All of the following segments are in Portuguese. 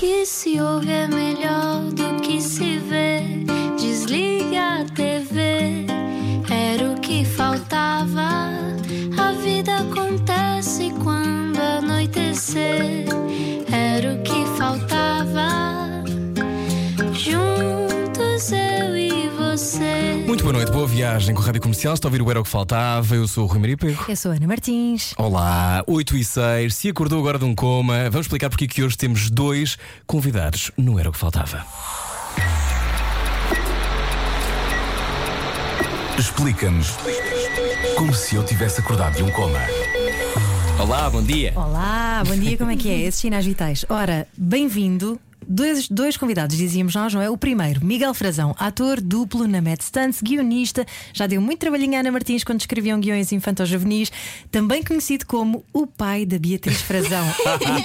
que se ouve é melhor do que se vê. Desliga a TV, era o que faltava. A vida acontece quando anoitecer, era o que faltava. Juntos eu e você. Muito boa noite, boa viagem com a Rádio Comercial. Está a ouvir o Era o que Faltava. Eu sou o Rui Maria Pego. Eu sou a Ana Martins. Olá, 8 e 6. Se acordou agora de um coma, vamos explicar porque é que hoje temos dois convidados no Era o que Faltava. Explica-nos como se eu tivesse acordado de um coma. Olá, bom dia. Olá, bom dia, como é que é? Esses sinais vitais. Ora, bem-vindo. Dois, dois convidados, dizíamos nós, não é? O primeiro, Miguel Frazão, ator duplo na Mad Stunts, guionista, já deu muito trabalhinho à Ana Martins quando escreviam guiões infantos juvenis, também conhecido como o pai da Beatriz Frazão. e,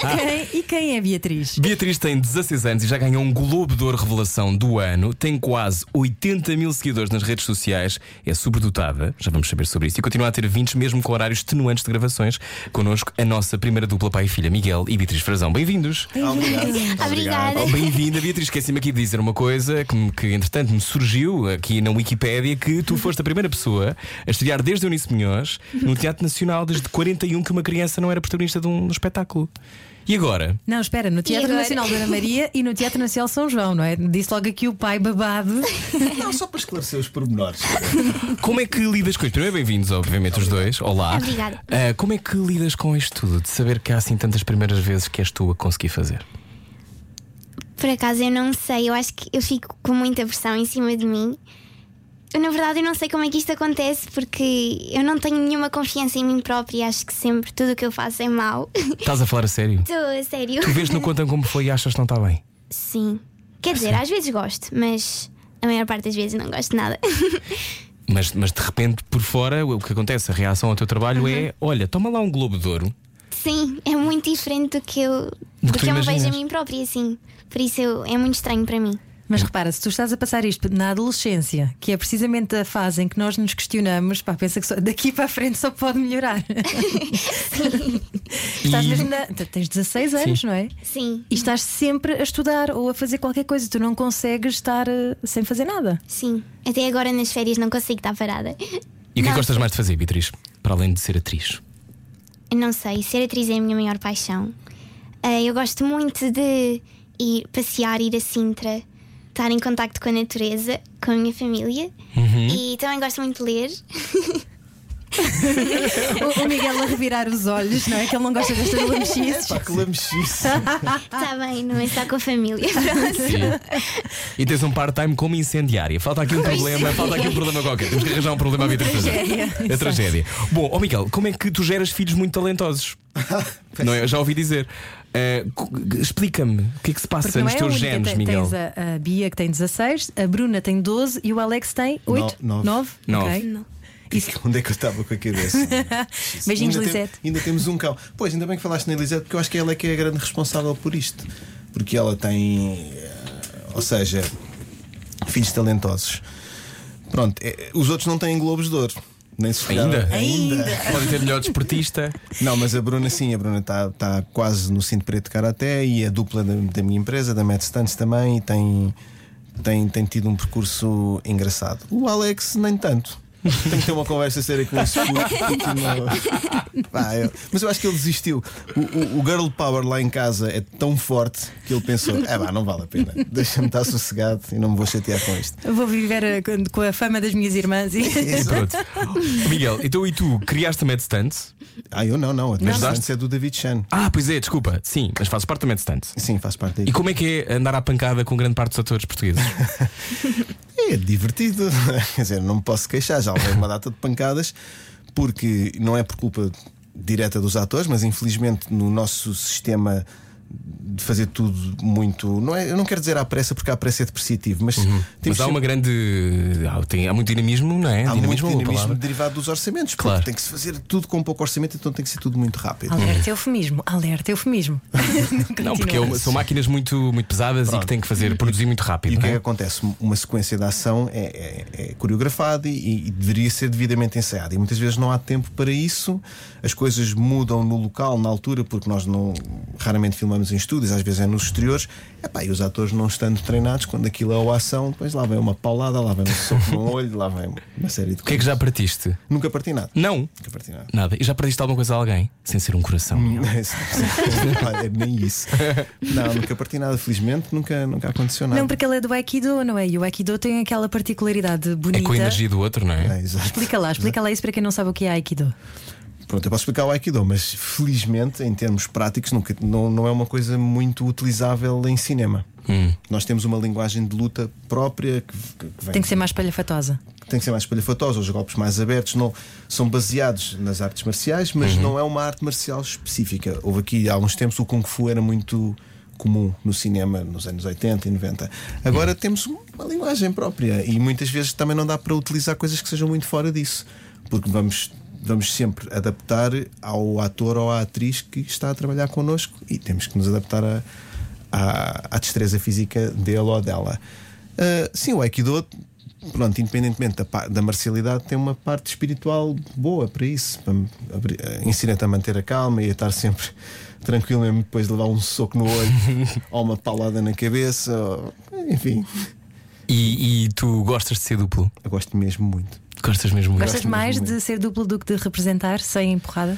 quem, e quem é Beatriz? Beatriz tem 16 anos e já ganhou um Globo de Ouro Revelação do ano, tem quase 80 mil seguidores nas redes sociais, é sobredotada, já vamos saber sobre isso, e continua a ter 20 mesmo com horários tenuantes de gravações. Connosco, a nossa primeira dupla pai e filha, Miguel e Beatriz Frazão. Bem-vindos. Obrigada. Oh, Bem-vinda, Beatriz. Esqueci-me aqui de dizer uma coisa que, me- que, entretanto, me surgiu aqui na Wikipédia: que tu foste a primeira pessoa a estudar desde Eunice Munhoz no Teatro Nacional, desde 41, que uma criança não era protagonista de um, de um espetáculo. E agora? Não, espera, no Teatro agora? Nacional de Ana Maria e no Teatro Nacional São João, não é? Disse logo aqui o pai babado. Não, só para esclarecer os pormenores. Como é que lidas com isto? Primeiro, bem-vindos, obviamente, os dois. Olá. Obrigada. Ah, como é que lidas com isto tudo? De saber que há assim tantas primeiras vezes que és tu a conseguir fazer? Por acaso eu não sei, eu acho que eu fico com muita pressão em cima de mim. Eu, na verdade, eu não sei como é que isto acontece porque eu não tenho nenhuma confiança em mim própria e acho que sempre tudo o que eu faço é mau. Estás a falar a sério? Estou a sério. Tu vês no contam como foi e achas que não está bem? Sim. Quer dizer, às vezes gosto, mas a maior parte das vezes não gosto de nada. Mas, mas de repente, por fora, o que acontece, a reação ao teu trabalho é: olha, toma lá um Globo de Ouro. Sim, é muito diferente do que eu, Do do que tu que eu me vejo a imaginas. mim própria, sim. Por isso eu- é muito estranho para mim. Mas repara, se tu estás a passar isto na adolescência, que é precisamente a fase em que nós nos questionamos, pá, pensa que só- daqui para a frente só pode melhorar. estás E- mesmo na- t- Tens 16 anos, não é? Sim, E estás sempre a estudar ou a fazer qualquer coisa, tu não consegues estar eh, sem fazer nada. sim. Até agora nas férias não consigo estar parada. E o que é que Não. gostas mais de fazer, Beatriz? Para além de ser atriz. Eu Não sei, ser atriz é a minha maior paixão. Ah, eu gosto muito de ir passear, ir a Sintra, estar em contacto com a natureza, com a minha família. E também gosto muito de ler. O, o Miguel a revirar os olhos, não é? Que ele não gosta destas lamechices. que lamechice. Está bem, não é só com a família. Sim. e tens um part-time como incendiária. Falta aqui um problema, falta aqui um problema qualquer. Temos que arranjar um problema à Beatriz. tragédia. A tragédia. Bom, ó Miguel, como é que tu geras filhos muito talentosos? não, é? eu já ouvi dizer. Eh, co- Explica-me o que é que se passa Porque não nos é a teus única. genes, Te- Miguel. Tens a, a Bia que tem 16, a Bruna tem 12 e o Alex tem 8? nove. 9? Nove. Onde é que eu estava com a cabeça? Beijinhos, ainda, tem- Lisete. ainda temos um cão. Pois, ainda bem que falaste na Elisete, porque eu acho que ela é que é a grande responsável por isto. Porque ela tem. eh, Ou seja, filhos talentosos. Pronto, eh, os outros não têm Globos de Ouro. Nem se Ainda? esperaram. Podem ter melhor desportista. Não, mas a Bruna sim, a Bruna está tá quase no cinto preto de karaté e a dupla da, da minha empresa, da Mad Stunts também, e tem, tem, tem tido um percurso engraçado. O Alex, nem tanto. Tenho que ter uma conversa séria com esse puto, porque não- Pá, eu- Mas eu acho que ele desistiu. O, o- o Girl Power lá em casa é tão forte que ele pensou: é pá, não vale a pena, deixa-me estar sossegado e não me vou chatear com isto. Eu Vou viver eh, com- com a fama das minhas irmãs e. Pronto. Miguel, então e tu criaste a Mad Stunts? Ah, eu não, não, a Mad ajudaste? Stunts é do David Chan. Ah, pois é, desculpa. Sim, mas fazes parte da Mad Stunts. Sim, faz parte daí. E como é que é andar à pancada com grande parte dos atores portugueses? É divertido, quer dizer, não me posso queixar, já levei uma data de pancadas, porque não é por culpa direta dos atores, mas infelizmente no nosso sistema de fazer tudo muito. Não é, eu não quero dizer à pressa, porque à pressa é depreciativo, mas, temos Uhum. Mas há sempre- uma grande. Há, tem- há muito dinamismo, não é? há muito é uma dinamismo palavra. derivado dos orçamentos, porque Claro. tem que se fazer tudo com pouco orçamento, então tem que ser tudo muito rápido. Alerta eufemismo, alerta eufemismo. Não, porque é Continua. uma- são máquinas muito, muito pesadas e que têm que fazer, produzir muito E rápido. o que não é é? que acontece? Uma sequência de ação é, é- é coreografada e, e deveria ser devidamente ensaiada. E muitas vezes não há tempo para isso. As coisas mudam no local, na altura, porque nós não raramente filmamos gravamos em estúdios, às vezes é nos exteriores. Epá, e os atores não estando treinados, quando aquilo é o ação, depois lá vem uma paulada, lá vem um soco no olho, lá vem uma série de coisas. O que é que já partiste? Nunca parti nada. Não. Nunca parti nada. Nada. E já partiste alguma coisa a alguém? Sem ser um coração. Olha, nem isso. Não, nunca parti nada, felizmente, nunca, nunca aconteceu nada. Não, porque ele é do Aikido, não é? E o Aikido tem aquela particularidade bonita. É com a energia do outro, não é? É, exato. Explica lá, explica lá isso para quem não sabe o que é Aikido. Pronto, eu posso explicar o Aikido, mas felizmente, em termos práticos, nunca, não, não é uma coisa muito utilizável em cinema. Nós temos uma linguagem de luta própria que, que- que vem Tem que é. ser mais palhafatosa. tem que ser mais espalhafatosa, os golpes mais abertos não são baseados nas artes marciais, mas não é uma arte marcial específica. Houve aqui há uns tempos o Kung Fu era muito comum no cinema nos anos 80 e 90. Agora temos uma linguagem própria e muitas vezes também não dá para utilizar coisas que sejam muito fora disso, porque vamos vamos sempre adaptar ao ator ou à atriz que está a trabalhar connosco e temos que nos adaptar a- à, à destreza física dele ou dela. Ah, sim, o Aikido, pronto, independentemente da, pa- da marcialidade, tem uma parte espiritual boa para isso. Para me abrir- eh, Ensina-te a manter a calma e a estar sempre tranquilo, mesmo depois de levar um soco no olho ou uma paulada na cabeça. ou- Enfim, E, e tu gostas de ser duplo? eu gosto mesmo muito. Gostas mesmo muito? Gostas mesmo mais muito. de ser duplo do que de representar sem empurrada?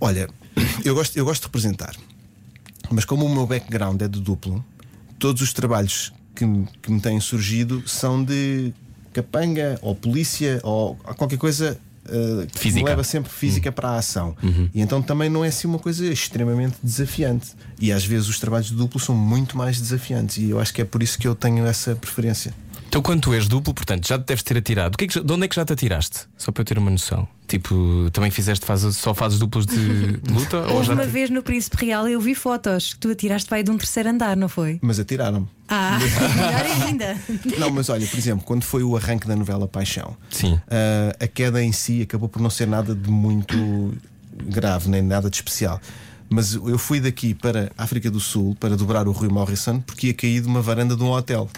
Olha, eu gosto, eu gosto de representar, mas como o meu background é de duplo, todos os trabalhos que, me- que me têm surgido são de capanga ou polícia ou qualquer coisa eh, que Física. me leva sempre física para a ação. E então também não é assim uma coisa extremamente desafiante. E às vezes os trabalhos de duplo são muito mais desafiantes, e eu acho que é por isso que eu tenho essa preferência. Então, quando tu és duplo, portanto, já te deves ter atirado. O que é que já- de onde é que já te atiraste? Só para eu ter uma noção. Tipo, também fizeste fase- só fazes duplos de de luta? ou Houve já uma te- vez no Príncipe Real eu vi fotos que tu atiraste vai de um terceiro andar, não foi? Mas atiraram-me. Ah, melhor ainda. Não, mas olha, por exemplo, quando foi o arranque da novela Paixão, Sim. ah, a queda em si acabou por não ser nada de muito grave, nem nada de especial. Mas eu fui daqui para a África do Sul para dobrar o Rui Morrison porque ia cair de uma varanda de um hotel.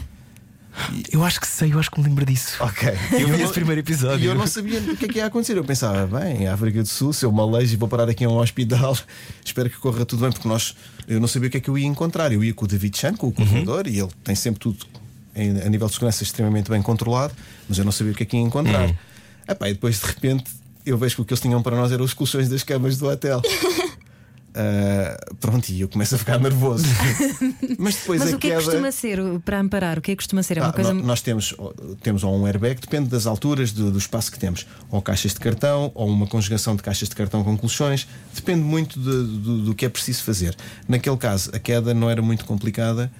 Eu acho que sei, eu acho que me lembro disso. Ok. Eu vi esse primeiro episódio. E eu não sabia o que é que ia acontecer. Eu pensava, bem, a África do Sul, se eu malejo e vou parar aqui a um hospital, espero que corra tudo bem, porque nós, eu não sabia o que é que eu ia encontrar. Eu ia com o David Chan, Uhum. com o coordenador, e ele tem sempre tudo em- a nível de segurança extremamente bem controlado, mas eu não sabia o que é que ia encontrar. Uhum. Epá, e depois de repente eu vejo que o que eles tinham para nós eram os colchões das camas do hotel. Ah, pronto, e eu começo a ficar nervoso. mas depois Mas a o que é que queda- costuma ser o- para amparar? O que é que costuma Ah, ser? É uma Pá, coisa. nó- Ah, Nós temos, ó, temos ou um airbag, depende das alturas, do, do espaço que temos, ou caixas de cartão, ou uma conjugação de caixas de cartão com colchões, depende muito de- do, do que é preciso fazer. Naquele caso, a queda não era muito complicada.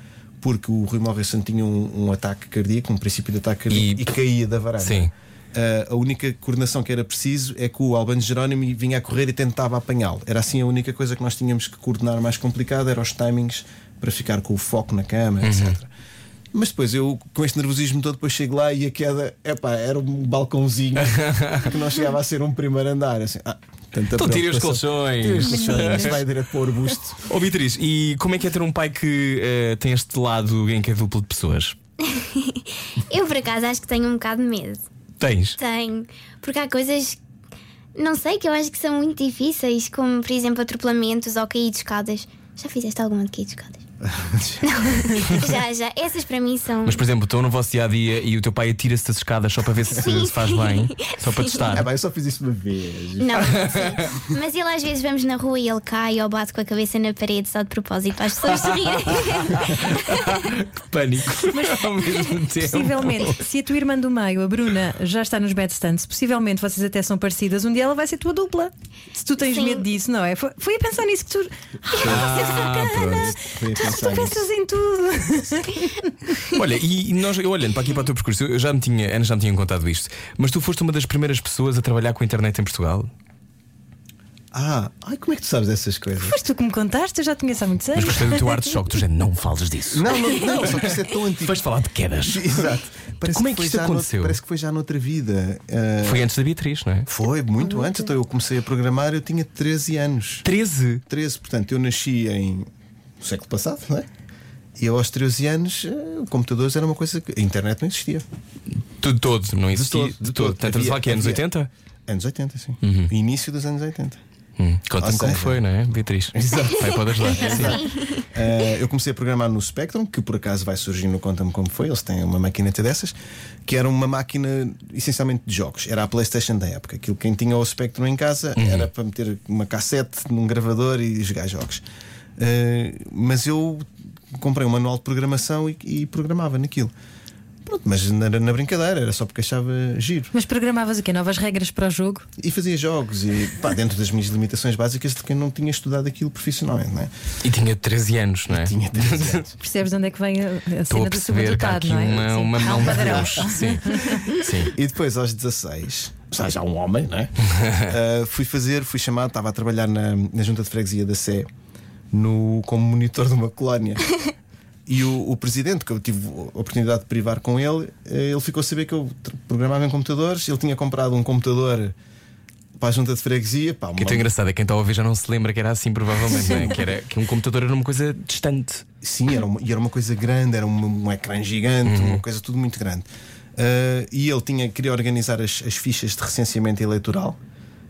Porque o Rui Morrison tinha um, um ataque cardíaco, um princípio de ataque cardíaco, E- e, caía da varanda. Sim. Ah, a única coordenação que era preciso é que o Albano Jerónimo vinha a correr e tentava apanhá-lo. Era assim a única coisa que nós tínhamos que coordenar mais complicada, eram os timings para ficar com o foco na cama, Uhum. etc. Mas depois eu, com este nervosismo todo, depois chego lá e a queda, epá, era um balcãozinho que não chegava a ser um primeiro andar. Assim, ah, tanta Então tirei os preocupação. colchões. Tirei os colchões, Isto vai direto para o arbusto. Ô Beatriz, e como é que é ter um pai que eh, tem este lado em que é duplo de pessoas? Eu, por acaso, acho que tenho um bocado de medo. Tens? Tenho, porque há coisas, não sei, que eu acho que são muito difíceis, como, por exemplo, atropelamentos ou cair de escadas. Já fizeste alguma de cair de escadas? já, já. Essas para mim são. Mas, por exemplo, estão no vosso dia a dia e o teu pai atira-se das escadas só para ver se, se faz bem, só para Ah, testar. pá, eu só fiz isso uma vez. Hum. Não, sim. Mas ele às vezes vamos na rua e ele cai ou bate com a cabeça na parede só de propósito para as pessoas sorrirem. Que pânico ao mesmo tempo. Possivelmente, se a tua irmã do meio, a Bruna, já está nos bad stands, possivelmente vocês até são parecidas, um dia ela vai ser tua dupla. Se tu tens Sim. medo disso, não é? Foi, foi a pensar nisso que tu. Ah, pronto. Foi a tu, pensar tu nisso. pensas em tudo. Olha, e e nós, eu olhando para aqui para o teu percurso, eu já me tinha, a Ana já me tinha contado isto, mas tu foste uma das primeiras pessoas a trabalhar com a internet em Portugal. Ah, ai, como é que tu sabes essas coisas? Mas tu que me contaste, eu já tinha isso há muitos Mas anos. gostei do teu arte de choque, tu já não falas disso. Não, não, não, só que isso é tão antigo. Vais falar de quedas. Exato. Parece Como é que foi isto já nout- aconteceu? parece que foi já noutra vida. Ah, Foi antes da Beatriz, não é? foi muito antes. Então eu comecei a programar, eu tinha 13 anos. 13. 13, portanto, eu nasci em no século passado, não é? E eu aos 13 anos, eh, o computadores era uma coisa que. A internet não existia. De todo, não existia. todo, de todo. Tanto a falar que é anos Havia- 80? Anos 80, sim. Início dos anos 80. Hum, Conta-me Ou como seja- foi, não é, Beatriz? Exato. Vai, pode ajudar. Sim. Eh, eu comecei a programar no Spectrum, que por acaso vai surgir no Conta-me Como Foi, eles têm uma máquina até dessas, que era uma máquina essencialmente de jogos. Era a PlayStation da época. Aquilo quem tinha o Spectrum em casa era para meter uma cassete num gravador e jogar jogos. Eh, mas eu comprei um manual de programação e, e programava naquilo. Pronto, mas na, na brincadeira, era só porque achava giro. Mas programavas o quê? Novas regras para o jogo? E fazia jogos, e pá, dentro das minhas limitações básicas de quem não tinha estudado aquilo profissionalmente, não é? E tinha 13 anos, não é? Tinha 13 anos. Percebes de onde é que vem a, a Estou cena a do perceber que há superdotado, aqui não é? uma, Sim. uma Há mão um de padrão. Deus. Sim. Sim. E depois aos 16, já, já um homem, não é? Ah, fui fazer, fui chamado, estava a trabalhar na, na junta de freguesia da Sé no, como monitor de uma colónia. E o, o presidente, que eu tive a oportunidade de privar com ele, eh, ele ficou a saber que eu tr- programava em computadores. Ele tinha comprado um computador para a junta de freguesia. Pá, uma- Que é tão engraçado é que quem está a ouvir já não se lembra que era assim, provavelmente, não é? que, era, que um computador era uma coisa distante. Sim, era uma, e era uma coisa grande, era um, um ecrã gigante, uma coisa tudo muito grande. Ah, e ele tinha, queria organizar as, as fichas de recenseamento eleitoral.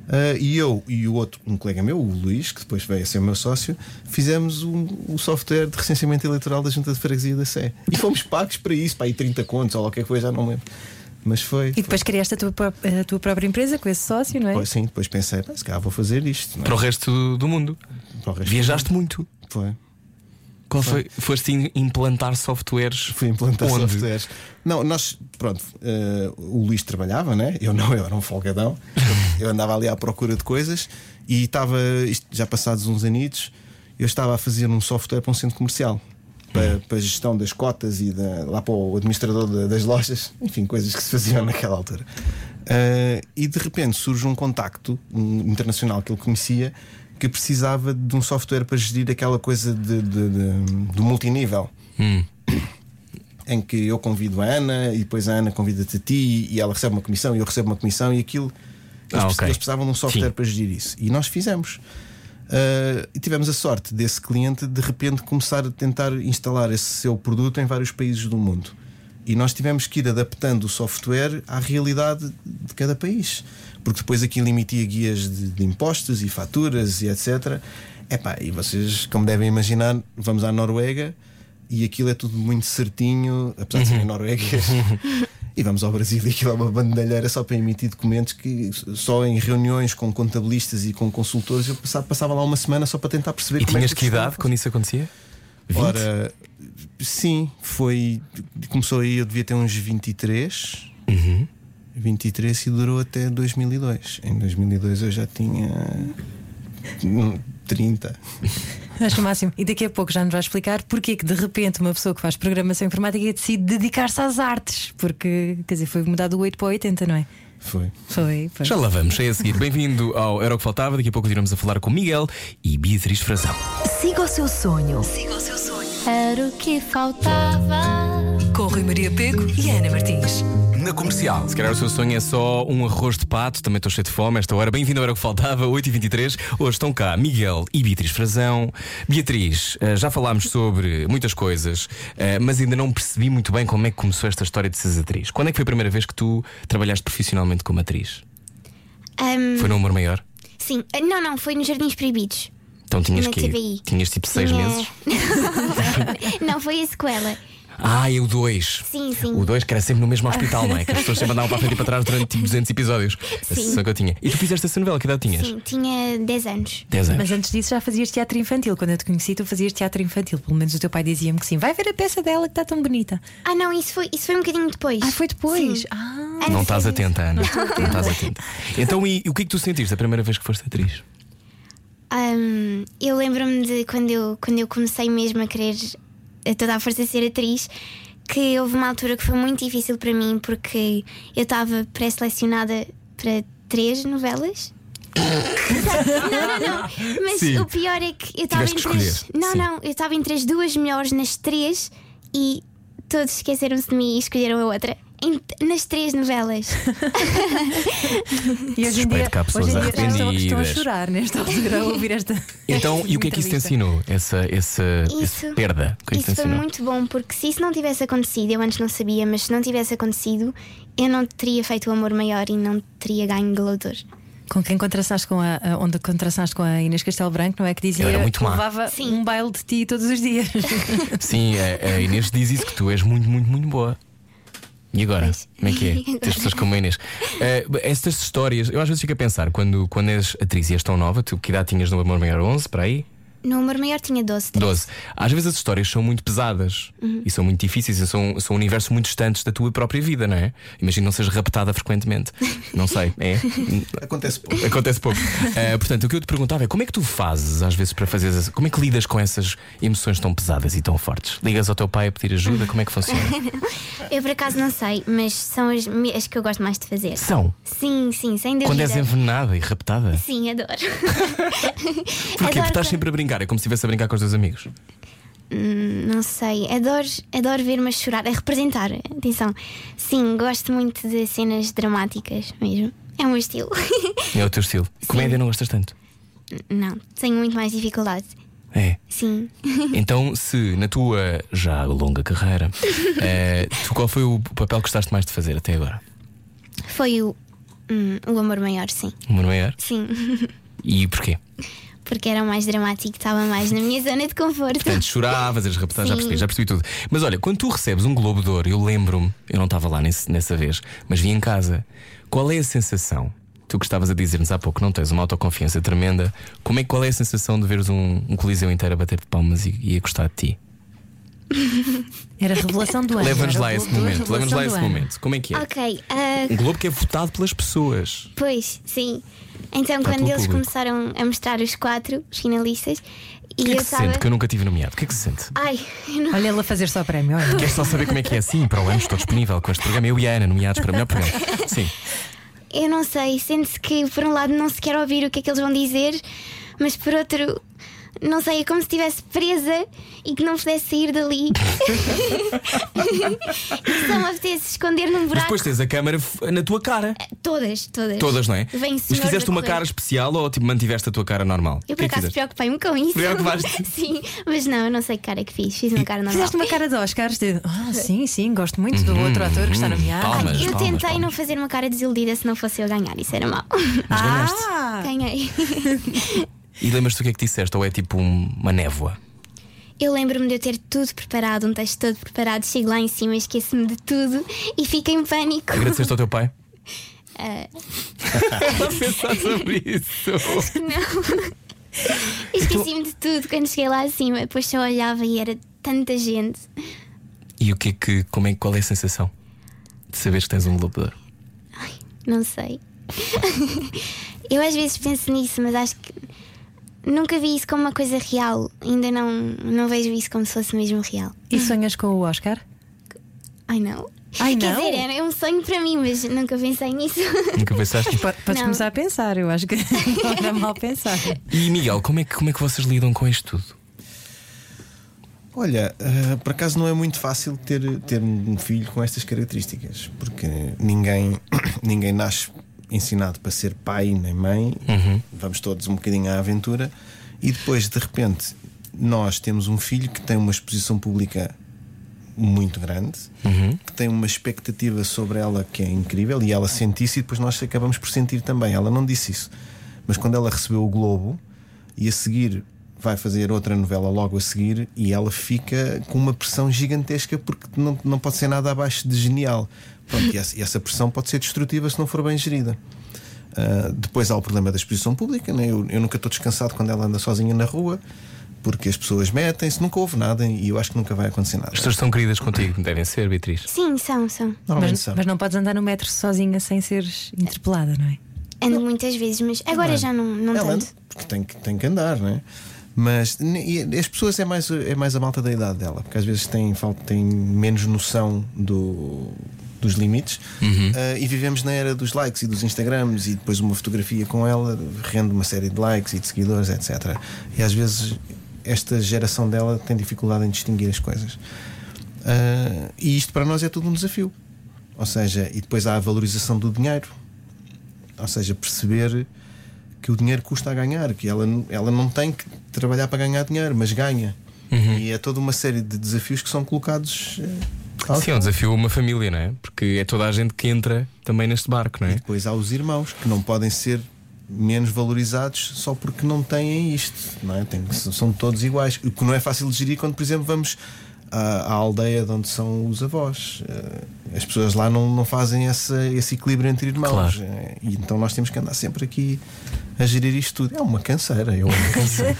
Ah, e eu e o outro, um colega meu, o Luís, que depois veio a ser o meu sócio, fizemos um- o software de recenseamento eleitoral da Junta de Freguesia da Sé. E fomos pagos para isso, para aí 30 contos ou lá o que é que foi, já não lembro. Mas foi. E depois criaste a tua, pró- a tua própria empresa com esse sócio, não é? foi sim, depois pensei, "Pá, se calhar vou fazer isto. não é? Para o resto do mundo. Para o resto- Viajaste muito. Foi. Qual foi? Foste in- implantar softwares. Fui implantar Onde? softwares. Não, nós, pronto, eh, o Luís trabalhava, né? Eu não, eu era um folgadão. eu andava ali à procura de coisas e estava, isto já passados uns anitos, eu estava a fazer um software para um centro comercial. Para, para a gestão das cotas e da- lá para o administrador da- das lojas, enfim, coisas que se faziam naquela altura. Eh, e de repente surge um contacto um internacional que ele conhecia que precisava de um software para gerir aquela coisa de, de- de- do multinível em que eu convido a Ana e depois a Ana convida-te a ti e ela recebe uma comissão e eu recebo uma comissão e aquilo. Eles, Ah, precis- ok. eles precisavam de um software Sim. para gerir isso. E nós fizemos. Ah, e tivemos a sorte desse cliente de repente começar a tentar instalar esse seu produto em vários países do mundo. E nós tivemos que ir adaptando o software à realidade de cada país. Porque depois aquilo emitia guias de, de impostos e faturas e etc. Epá, e vocês, como devem imaginar, vamos à Noruega e aquilo é tudo muito certinho, apesar de Uhum. serem norueguês. E vamos ao Brasil e aquilo é uma bandalheira só para emitir documentos que só em reuniões com contabilistas e com consultores eu passava, passava lá uma semana só para tentar perceber E como tinhas é que que idade quando isso acontecia? Ora, sim, foi. Começou aí, eu devia ter uns 23. Uhum. 23 e durou até 2002. Em 2002 eu já tinha. hum, 30. Acho o máximo. E daqui a pouco já nos vai explicar porque é que de repente uma pessoa que faz programação informática decide dedicar-se às artes. Porque, quer dizer, foi mudado do 8 para o 80, não é? Foi. Foi, foi. Já lá vamos, é a seguir. Bem-vindo ao Era o que Faltava. Daqui a pouco iremos a falar com Miguel e Beatriz Frazão. Siga o seu sonho. Siga o seu sonho. Era o que faltava. Com Rui Maria Peco e Ana Martins. Na comercial. Se calhar o seu sonho é só um arroz de pato, também estou cheio de fome a esta hora. Bem-vindo ao Era o que Faltava, 8h23. Hoje estão cá Miguel e Beatriz Frazão. Beatriz, eh, já falámos sobre muitas coisas, eh, mas ainda não percebi muito bem como é que começou esta história de seres atriz. Quando é que foi a primeira vez que tu trabalhaste profissionalmente como atriz? Ahm, Foi num amor maior? sim, Ah, não, não, foi nos Jardins Proibidos. Então tinhas Na que TVI. Tinhas tipo seis Tinha- meses? não, foi a sequela. Ah, e o 2. Sim, sim. O 2 que era sempre no mesmo hospital, não é? Que as pessoas sempre andavam para a frente e para trás durante tipo 200 episódios. Essa Sim. sessão que eu tinha. E tu fizeste essa novela, que idade tinhas? Sim, tinha 10 anos. 10 anos. Mas antes disso já fazias teatro infantil. Quando eu te conheci, tu fazias teatro infantil. Pelo menos o teu pai dizia-me que sim. Vai ver a peça dela que está tão bonita. Ah, não, isso foi, isso foi um bocadinho depois. Ah, foi depois. é Sim. Ah. Antes Não estás de- atenta, Ana. Não estás atenta. Então, e, e o que é que tu sentiste a primeira vez que foste atriz? Ahm, eu lembro-me de quando eu, quando eu comecei mesmo a querer a toda a força ser atriz, que houve uma altura que foi muito difícil para mim porque eu estava pré-selecionada para três novelas. não, não, não. Mas Sim. o pior é que eu estava Tiveste entre que as. escolher. Não, Sim. não, eu estava entre as duas melhores nas três e todos esqueceram-se de mim e escolheram a outra. Em- nas três novelas. E hoje em Suspeito dia, que há pessoas hoje em dia já estão, estão a arrependidas. chorar nesta altura a ouvir esta. Então, e o que é que isso te entrevista. ensinou? Essa, essa, essa perda? O que é que te isso foi ensinou? muito bom, porque se isso não tivesse acontecido, eu antes não sabia, mas se não tivesse acontecido, eu não teria feito o amor maior e não teria ganho Glow de Ouro. Com quem contrastaste com a, a- onde contrastaste com a Inês Castelo Branco, não é? Que dizia Eu era muito que má. levava Sim. um baile de ti todos os dias. Sim, a, a Inês diz isso que tu és muito, muito, muito boa. E agora? Como é que é? Tens pessoas como a Inês. Eh, estas histórias, eu às vezes fico a pensar, quando, quando és atriz e és tão nova, tu que idade tinhas no Amor Maior 11, para aí? No número maior tinha 12. 12. Às vezes as histórias são muito pesadas e são muito difíceis e são, são universos muito distantes da tua própria vida, não é? Imagino não seres raptada frequentemente. Não sei, é? Acontece pouco. Acontece pouco. Eh, portanto, o que eu te perguntava é como é que tu fazes às vezes para fazer essa- como é que lidas com essas emoções tão pesadas e tão fortes? Ligas ao teu pai a pedir ajuda? Como é que funciona? Eu por acaso não sei, mas são as, me- as que eu gosto mais de fazer. São. Sim, sim, sem dúvida. Quando és envenenada e raptada. Sim, adoro. Porquê? Porque Adoro estás quando- sempre a brincar, é como se estivesse a brincar com os teus amigos. Hum, Não sei, adoro, adoro ver-me chorar, é representar, atenção. Sim, gosto muito de cenas dramáticas mesmo. É o meu estilo. É o teu estilo. Comédia não gostas tanto. Não, tenho muito mais dificuldade. É. Sim. Então, se na tua já longa carreira, eh, tu, qual foi o papel que gostaste mais de fazer até agora? Foi o, hum, o amor maior, sim. O Manoel? Sim. E porquê? Porque era o mais dramático, estava mais na minha zona de conforto. Portanto, choravas, eras raptada, já Sim. percebi, já percebi tudo. Mas olha, quando tu recebes um Globo de Ouro, eu lembro-me, eu não estava lá nesse- nessa vez, mas vi em casa, qual é a sensação? Tu que estavas a dizer-nos há pouco, não tens uma autoconfiança tremenda, como é, qual é a sensação de veres um, um coliseu inteiro a bater de palmas e, e a gostar de ti? Era a revelação do ano. Leva-nos era lá o esse Globo de Ouro, momento, leva-nos revelação lá do esse ano. momento. Como é que é? Ok, ah, Um Globo que é votado pelas pessoas. pois, sim. Então, Para quando o eles público. começaram a mostrar os quatro, os finalistas, e O que é eu que se sente? estava. Que eu nunca tive nomeado. O que é que se sente? Ai, eu não. Olha ela a fazer só prémio. Olha. Queres só saber como é que é assim? Para o ano estou disponível com este programa. Eu e a Ana, nomeados para melhor programa. Sim. Eu não sei, sente-se que por um lado não se quer ouvir o que é que eles vão dizer, mas por outro, não sei, é como se estivesse presa e que não pudesse sair dali. e só me apetece esconder num Mas buraco. depois tens a câmara f- na tua cara. Todas, todas. Todas, não é? Eh, Vem Mas fizeste uma cara especial ou tipo, mantiveste a tua cara normal? Eu O que por é que acaso fizeste? preocupei-me com isso. Preocupaste-te? Sim, mas não, eu não sei que cara é que fiz. Fiz uma cara normal. Fizeste uma cara de Oscars de ah, É. sim, sim, gosto muito do outro ator que está nomeado. Uhum. palmas. eu palmas, tentei palmas. não fazer uma cara desiludida se não fosse eu ganhar, isso era mau. Mas ganhaste. Ah, Ganhei. E lembras-te o que é que disseste? Ou é tipo um- uma névoa? Eu lembro-me de eu ter tudo preparado, um texto todo preparado, chego lá em cima, esqueço-me de tudo e fico em pânico. Ah, Agradeceste ao teu pai? Ela a pensar sobre isso. Esqueci-me de tudo quando cheguei lá acima, depois só olhava e era tanta gente. E o que é que, como é, qual é a sensação de saberes que tens um Globo de Ouro? Não sei. eu às vezes penso nisso, mas acho que nunca vi isso como uma coisa real. Ainda não, não vejo isso como se fosse mesmo real. e sonhas com o Oscar? Ai não. Ai, Quer não? dizer, era um sonho para mim, mas nunca pensei nisso. Nunca pensaste? Pode- Podes Não. começar a pensar, eu acho que não era mal pensar. E Miguel, como é, que, como é que vocês lidam com isto tudo? Olha, eh, por acaso não é muito fácil ter, ter um filho com estas características, porque ninguém, ninguém nasce ensinado para ser pai nem mãe, vamos todos um bocadinho à aventura, e depois de repente nós temos um filho que tem uma exposição pública muito grande, Uhum. que tem uma expectativa sobre ela que é incrível e ela sente isso e depois nós acabamos por sentir também. Ela não disse isso, mas quando ela recebeu o Globo e a seguir vai fazer outra novela logo a seguir e ela fica com uma pressão gigantesca porque não, não pode ser nada abaixo de genial. Pronto, e essa- e essa pressão pode ser destrutiva se não for bem gerida. Uh, depois há o problema da exposição pública, né? eu, eu nunca estou descansado quando ela anda sozinha na rua, porque as pessoas metem-se, nunca houve nada e eu acho que nunca vai acontecer nada. As pessoas são queridas contigo, devem ser, Beatriz. Sim, são, são. Normalmente Mas, são. mas não podes andar no metro sozinha sem seres interpelada, não é? Ando muitas vezes, mas é? agora já não, não Ela tanto. anda, porque tem que, tem que andar, não é? Mas ne- e as pessoas é mais, é mais a malta da idade dela, porque às vezes têm, falta, têm menos noção do, dos limites Ah, e vivemos na era dos likes e dos Instagrams e depois uma fotografia com ela rende uma série de likes e de seguidores, etc. E às vezes esta geração dela tem dificuldade em distinguir as coisas. Ah, e isto para nós é tudo um desafio. Ou seja, e depois há a valorização do dinheiro, ou seja, perceber que o dinheiro custa a ganhar, que ela, ela não tem que trabalhar para ganhar dinheiro, mas ganha. E é toda uma série de desafios que são colocados. eh, ao- Sim, é um desafio a uma família, não é? Porque é toda a gente que entra também neste barco, não E é? depois há os irmãos, que não podem ser menos valorizados só porque não têm isto, não é? Tem- são todos iguais. O que não é fácil de gerir quando, por exemplo, vamos à, à aldeia de onde são os avós. Eh, As pessoas lá não, não fazem essa, esse equilíbrio entre irmãos. Claro. Eh, E então nós temos que andar sempre aqui a gerir isto tudo. É uma canseira, eu amo canseira.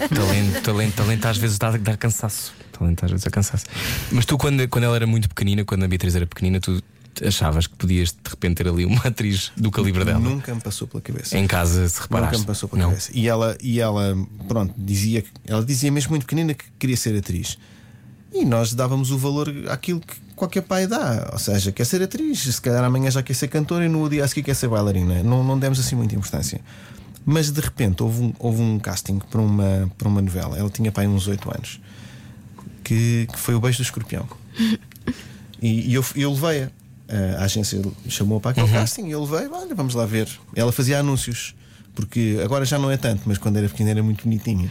é Talento, talento, talento às vezes dá, dá cansaço. Talento às vezes dá cansaço. Mas tu, quando, quando ela era muito pequenina, quando a Beatriz era pequenina, tu achavas que podias de repente ter ali uma atriz do calibre dela? Nunca me passou pela cabeça. Em casa, se Nunca reparaste. me passou pela Não. cabeça. E ela, e ela, pronto, dizia, ela dizia mesmo muito pequenina que queria ser atriz. E nós dávamos o valor àquilo que qualquer pai dá. Ou seja, quer ser atriz, se calhar amanhã já quer ser cantora e no dia a seguir quer ser bailarina. Não, não demos assim muita importância. Mas de repente houve um, houve um casting para uma, para uma novela. Ela tinha pai uns 8 anos. Que, que foi o Beijo do Escorpião. E, e eu, eu levei-a. eh, A agência chamou para Uhum. aquele casting e eu levei, olha, vamos lá ver. Ela fazia anúncios, porque agora já não é tanto, mas quando era pequena era muito bonitinha.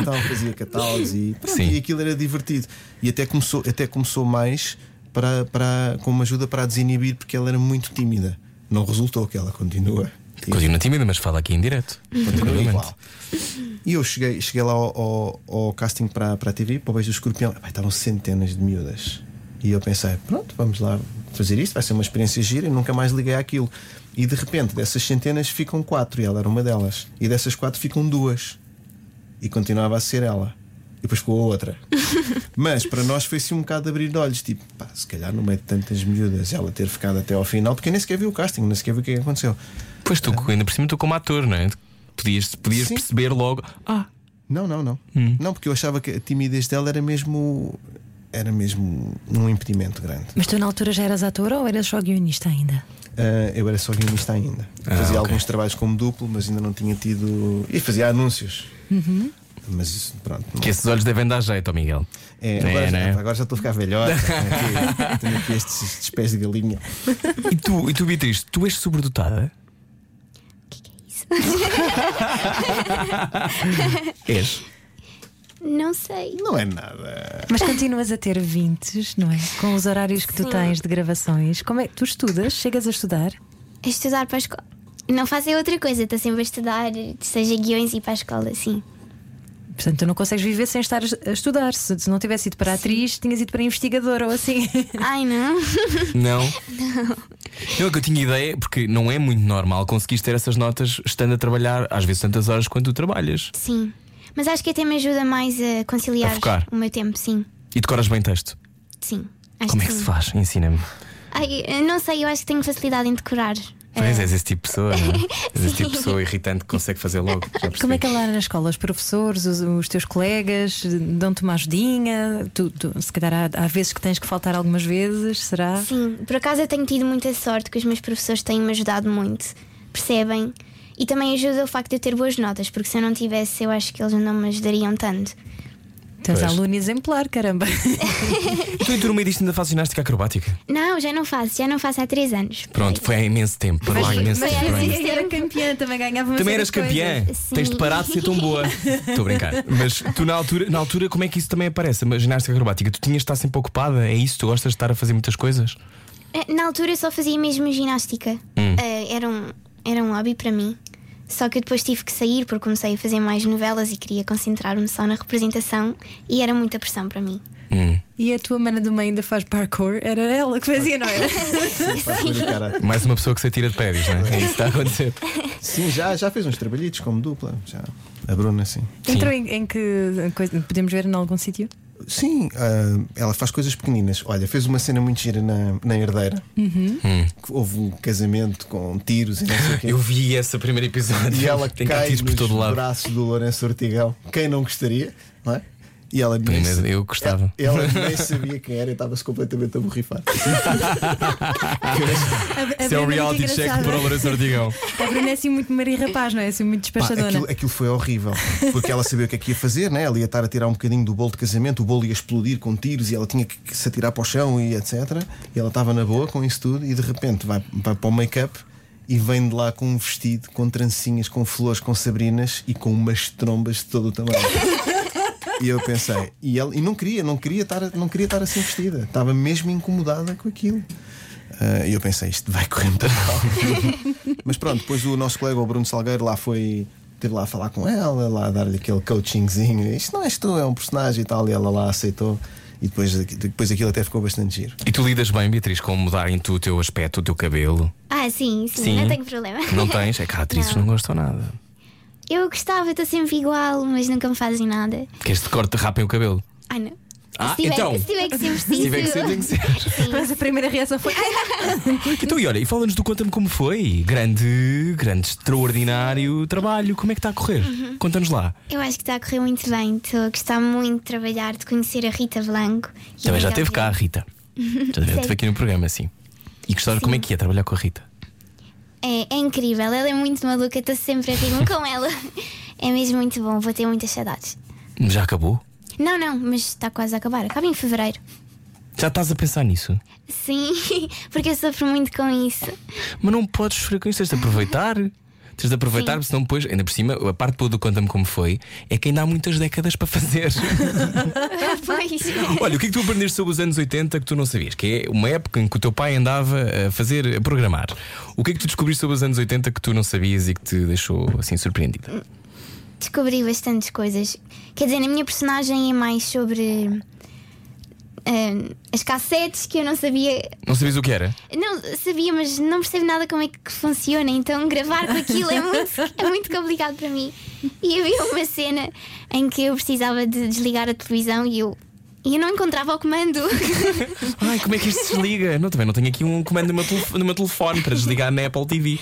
então fazia catálogos e, pronto, Sim. e aquilo era divertido. E até começou, até começou mais para, para, com uma ajuda para a desinibir, porque ela era muito tímida. Não resultou que ela continua. Continua tímida, mas fala aqui em direto. Continua Tranquilamente. igual. E eu cheguei, cheguei lá ao, ao- ao casting para, para a TV, para o Beijo do Escorpião. Epá, estavam centenas de miúdas. E eu pensei, pronto, vamos lá fazer isto, vai ser uma experiência gira e nunca mais liguei àquilo. E de repente, dessas centenas ficam quatro, e ela era uma delas. E dessas quatro ficam duas. E continuava a ser ela. E depois ficou a outra. Mas para nós foi assim um bocado de abrir de olhos, tipo, pá, se calhar no meio de tantas miúdas ela ter ficado até ao final, porque eu nem sequer vi o casting, nem sequer vi o que é que aconteceu. Pois tu, ainda por cima, tu como ator, não é? Podias, podias Sim. perceber logo. Ah, Não, não, não. Hum. Não, porque eu achava que a timidez dela era mesmo era mesmo um impedimento grande. Mas tu na altura já eras ator ou eras só guionista ainda? Ah, eu era só guionista ainda. Ah, fazia alguns trabalhos como duplo, mas ainda não tinha tido. E fazia anúncios. Mas isso, pronto. não- que esses olhos devem dar jeito, ó Miguel. É, agora, É, já, né? agora já estou a ficar velhota. tenho aqui- tenho aqui estes, estes pés de galinha. E tu, e tu, Beatriz, tu és sobredotada? O que é isso? és. Não sei. Não é nada. Mas continuas a ter 20, não é? Com os horários que tu tens de gravações. Como é que tu estudas? Chegas a estudar? A estudar para a escola. Não fazer outra coisa, estou sempre a estudar, seja guiões e para a escola, sim. Portanto, tu não consegues viver sem estar a estudar. Se, se não tivesse ido para atriz, tinhas ido para investigadora ou assim. Ai não. Não? Não. Não, é que eu tinha ideia, porque não é muito normal conseguires ter essas notas estando a trabalhar, às vezes tantas horas quanto tu trabalhas. Sim. Mas acho que até me ajuda mais a A conciliar focar. o meu tempo, sim. E decoras bem texto. Sim. Acho Como é que se sim. faz? Ensina-me. Ai, eu não sei, eu acho que tenho facilidade em decorar. Pois és esse tipo de pessoa, não é? És esse tipo de pessoa irritante que consegue fazer logo. Já Como é percebi. que é lá na escola? Os professores, os, os teus colegas dão-te uma ajudinha? Tu, tu- se calhar há, há vezes que tens que faltar algumas vezes, será? Sim, por acaso eu tenho tido muita sorte que os meus professores têm me ajudado muito, percebem? E também ajuda o facto de eu ter boas notas, porque se eu não tivesse, eu acho que eles não me ajudariam tanto. Tens Pois. aluno exemplar, caramba. Então, E tu, em turma disto, ainda fazes ginástica acrobática? Não, já não faço, já não faço há três anos. Pronto, foi há imenso tempo. Para lá há imenso mas- assim, tempo. mas- ainda. Sim, era é campeã, também ganhava Também eras campeã. Sim. Tens de parar de ser tão boa. Estou a brincar. Mas tu, na altura, na altura, como é que isso também aparece? A ginástica acrobática, tu tinhas de estar sempre ocupada? É isso? Tu gostas de estar a fazer muitas coisas? Eh, Na altura eu só fazia mesmo ginástica. Hum. Eh, era, um, era um hobby para mim. Só que eu depois tive que sair porque comecei a fazer mais novelas e queria concentrar-me só na representação e era muita pressão para mim. E a tua mana do meio ainda faz parkour? Era ela que fazia, não era? Faz coisa de cara. Mais uma pessoa que se atira de prédios, não é? É isso que está a acontecer. Sim, já, já fez uns trabalhitos como dupla. Já. A Bruna, sim. Entrou em, em que coisa? Podemos ver em algum sítio? Sim, ah, ela faz coisas pequeninas. Olha, fez uma cena muito gira na, na herdeira. Que Houve um casamento com tiros e não sei o quê. Hum. Eu vi esse primeiro episódio. E ela Tem cai gatilhos nos por todo lado. braços do Lourenço Ortigão. Quem não gostaria, não é? E ela nem, Primeiro, eu gostava. ela nem sabia quem era e estava-se completamente a borrifar. Isso é um reality check para o Lourenço Ortigão. A Bruna é assim muito Maria Rapaz, não é? Assim muito Pá, despachadona. aquilo, aquilo foi horrível, porque ela sabia o que é que ia fazer, né? ela ia estar a tirar um bocadinho do bolo de casamento, o bolo ia explodir com tiros e ela tinha que que se atirar para o chão e etc. E ela estava na boa com isso tudo e de repente vai, vai para o make-up e vem de lá com um vestido, com trancinhas, com flores, com sabrinas e com umas trombas de todo o tamanho. E eu pensei, e, ela, e não queria, não queria, estar, não queria estar assim vestida, estava mesmo incomodada com aquilo. Ah, E eu pensei, isto vai correr muito mal. Mas pronto, depois o nosso colega, o Bruno Salgueiro, lá foi. Teve lá a falar com ela, lá a dar-lhe aquele coachingzinho. Isto não és tu, é um personagem e tal. E ela lá aceitou. E depois, depois aquilo até ficou bastante giro. E tu lidas bem, Beatriz, com mudarem tu o teu aspecto, o teu cabelo? Ah, sim, sim, Sim. não tenho problema. Não tens? É que há atrizes que não gostam nada. Eu gostava, estou sempre igual, mas nunca me fazem nada. Porque este corte rapem o cabelo. Ai não. Ah, se, tiver, então. se tiver que ser um Se preciso. tiver que ser, tem que ser. Mas a primeira reação foi. Então, e olha, e fala-nos do Conta-me Como Foi. Grande, grande, extraordinário trabalho. Como é que está a correr? Conta-nos lá. Eu acho que está a correr muito bem. Estou a gostar muito de trabalhar, de conhecer a Rita Blanco. e Também a já Miguel teve cá a Pinto. Rita. Já teve, teve aqui no programa, sim. E gostaram como é que é trabalhar com a Rita? É, é incrível, ela é muito maluca, estou sempre a rir-me com ela. É mesmo muito bom, vou ter muitas saudades. Já acabou? Não, não, mas está quase a acabar. Acaba em fevereiro. Já estás a pensar nisso? Sim, porque eu sofro muito com isso. Mas não podes sofrer com isto, tens de aproveitar. Tens de aproveitar, porque senão depois, ainda por cima, a parte boa do Conta-me Como Foi é que ainda há muitas décadas para fazer. pois. Olha, o que é que tu aprendeste sobre os anos 80 que tu não sabias? Que é uma época em que o teu pai andava a fazer, a programar. O que é que tu descobriste sobre os anos 80 que tu não sabias e que te deixou assim surpreendida? Descobri bastantes coisas. Quer dizer, a minha personagem é mais sobre eh, as cassetes que eu não sabia Não sabias o que era? Não, sabia, mas não percebo nada como é que funciona, então gravar com aquilo é muito, é muito complicado para mim. E havia uma cena em que eu precisava de desligar a televisão e eu, e eu não encontrava o comando. Ai, como é que isto se desliga? Não, também não tenho aqui um comando numa telefone, numa telefone para desligar na Apple TV.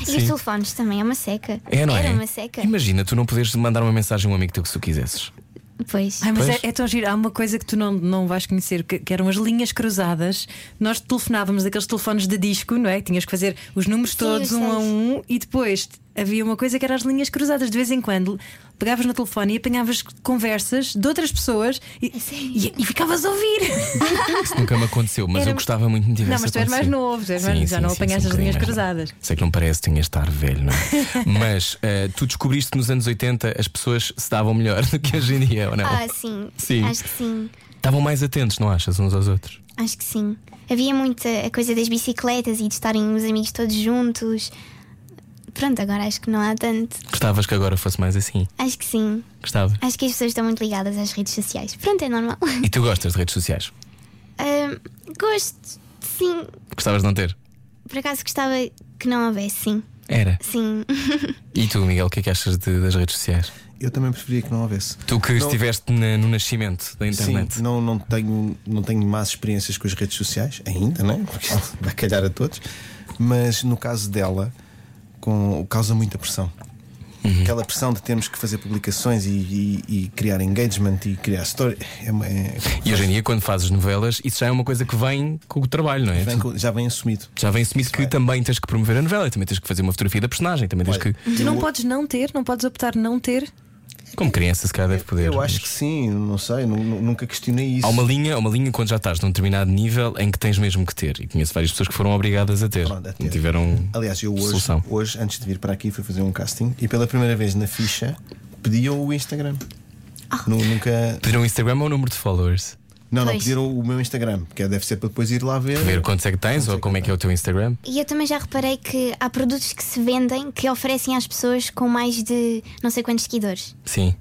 E os telefones também, é uma seca. É, não Era é? uma seca. Imagina, tu não poderes mandar uma mensagem a um amigo teu que tu quisesses. Pois. Ai, mas Pois. é, é tão giro. Há uma coisa que tu não, não vais conhecer, que, que eram as linhas cruzadas. Nós telefonávamos aqueles telefones de disco, não é? Que Tinhas que fazer os números todos, eu um a sei. um, e depois havia uma coisa que era as linhas cruzadas. De vez em quando pegavas no telefone e apanhavas conversas de outras pessoas e, e, e ficavas a ouvir. Isso nunca me aconteceu, mas Era- eu gostava muito de me tivesse Não, mas tu és mais acontecido. novo, tu és mais- já não apanhaste sim, um as linhas bocadinho mais cruzadas. novo. Sei que não parece, tinha de estar velho, não é? mas eh, tu descobriste que nos anos 80 as pessoas se davam melhor do que hoje em dia, ou não? Ah, sim. Sim. Acho que sim. Estavam mais atentos, não achas, uns aos outros? Acho que sim. Havia muita a coisa das bicicletas e de estarem os amigos todos juntos. Pronto, agora acho que não há tanto. Gostavas que agora fosse mais assim? Acho que sim. Gostava. Acho que as pessoas estão muito ligadas às redes sociais. Pronto, é normal. E tu gostas de redes sociais? Ahm, gosto, sim. Gostavas de não ter? Por acaso gostava que não houvesse, sim. Era. Sim. E tu, Miguel, o que é que achas de- das redes sociais? Eu também preferia que não houvesse. Tu que Não- estiveste na- no nascimento da internet. Sim, não, não, tenho, não tenho más experiências com as redes sociais, ainda, né? Porque vai calhar a todos. Mas no caso dela, com, causa muita pressão. Aquela pressão de termos que fazer publicações e, e- e criar engagement e criar story. É, uma- é- E hoje em dia, quando fazes novelas, isso já é uma coisa que vem com o trabalho, não é? vem com- já vem assumido. Já vem assumido que também tens que promover a novela, e também tens que fazer uma fotografia da personagem, também tens Olha, que. Tu não podes não ter, não podes optar não ter. Como criança, se calhar deve poder. Eu mas- acho que sim, não sei, nu- nu- nunca questionei isso. Há uma linha, há uma linha quando já estás num determinado nível em que tens mesmo que ter. E conheço várias pessoas que foram obrigadas a ter. Pronto, a ter. Não tiveram. Aliás, eu hoje, Solução. hoje, antes de vir para aqui, fui fazer um casting e pela primeira vez na ficha pediam o Instagram. Nu- Nunca, Pediram o Instagram ou o número de followers? Não, não Pois. pediram o meu Instagram, porque é, deve ser para depois ir lá ver. Ver quantos é que tens ou como é que é o teu Instagram? E eu também já reparei que há produtos que se vendem que oferecem às pessoas com mais de não sei quantos seguidores. Sim.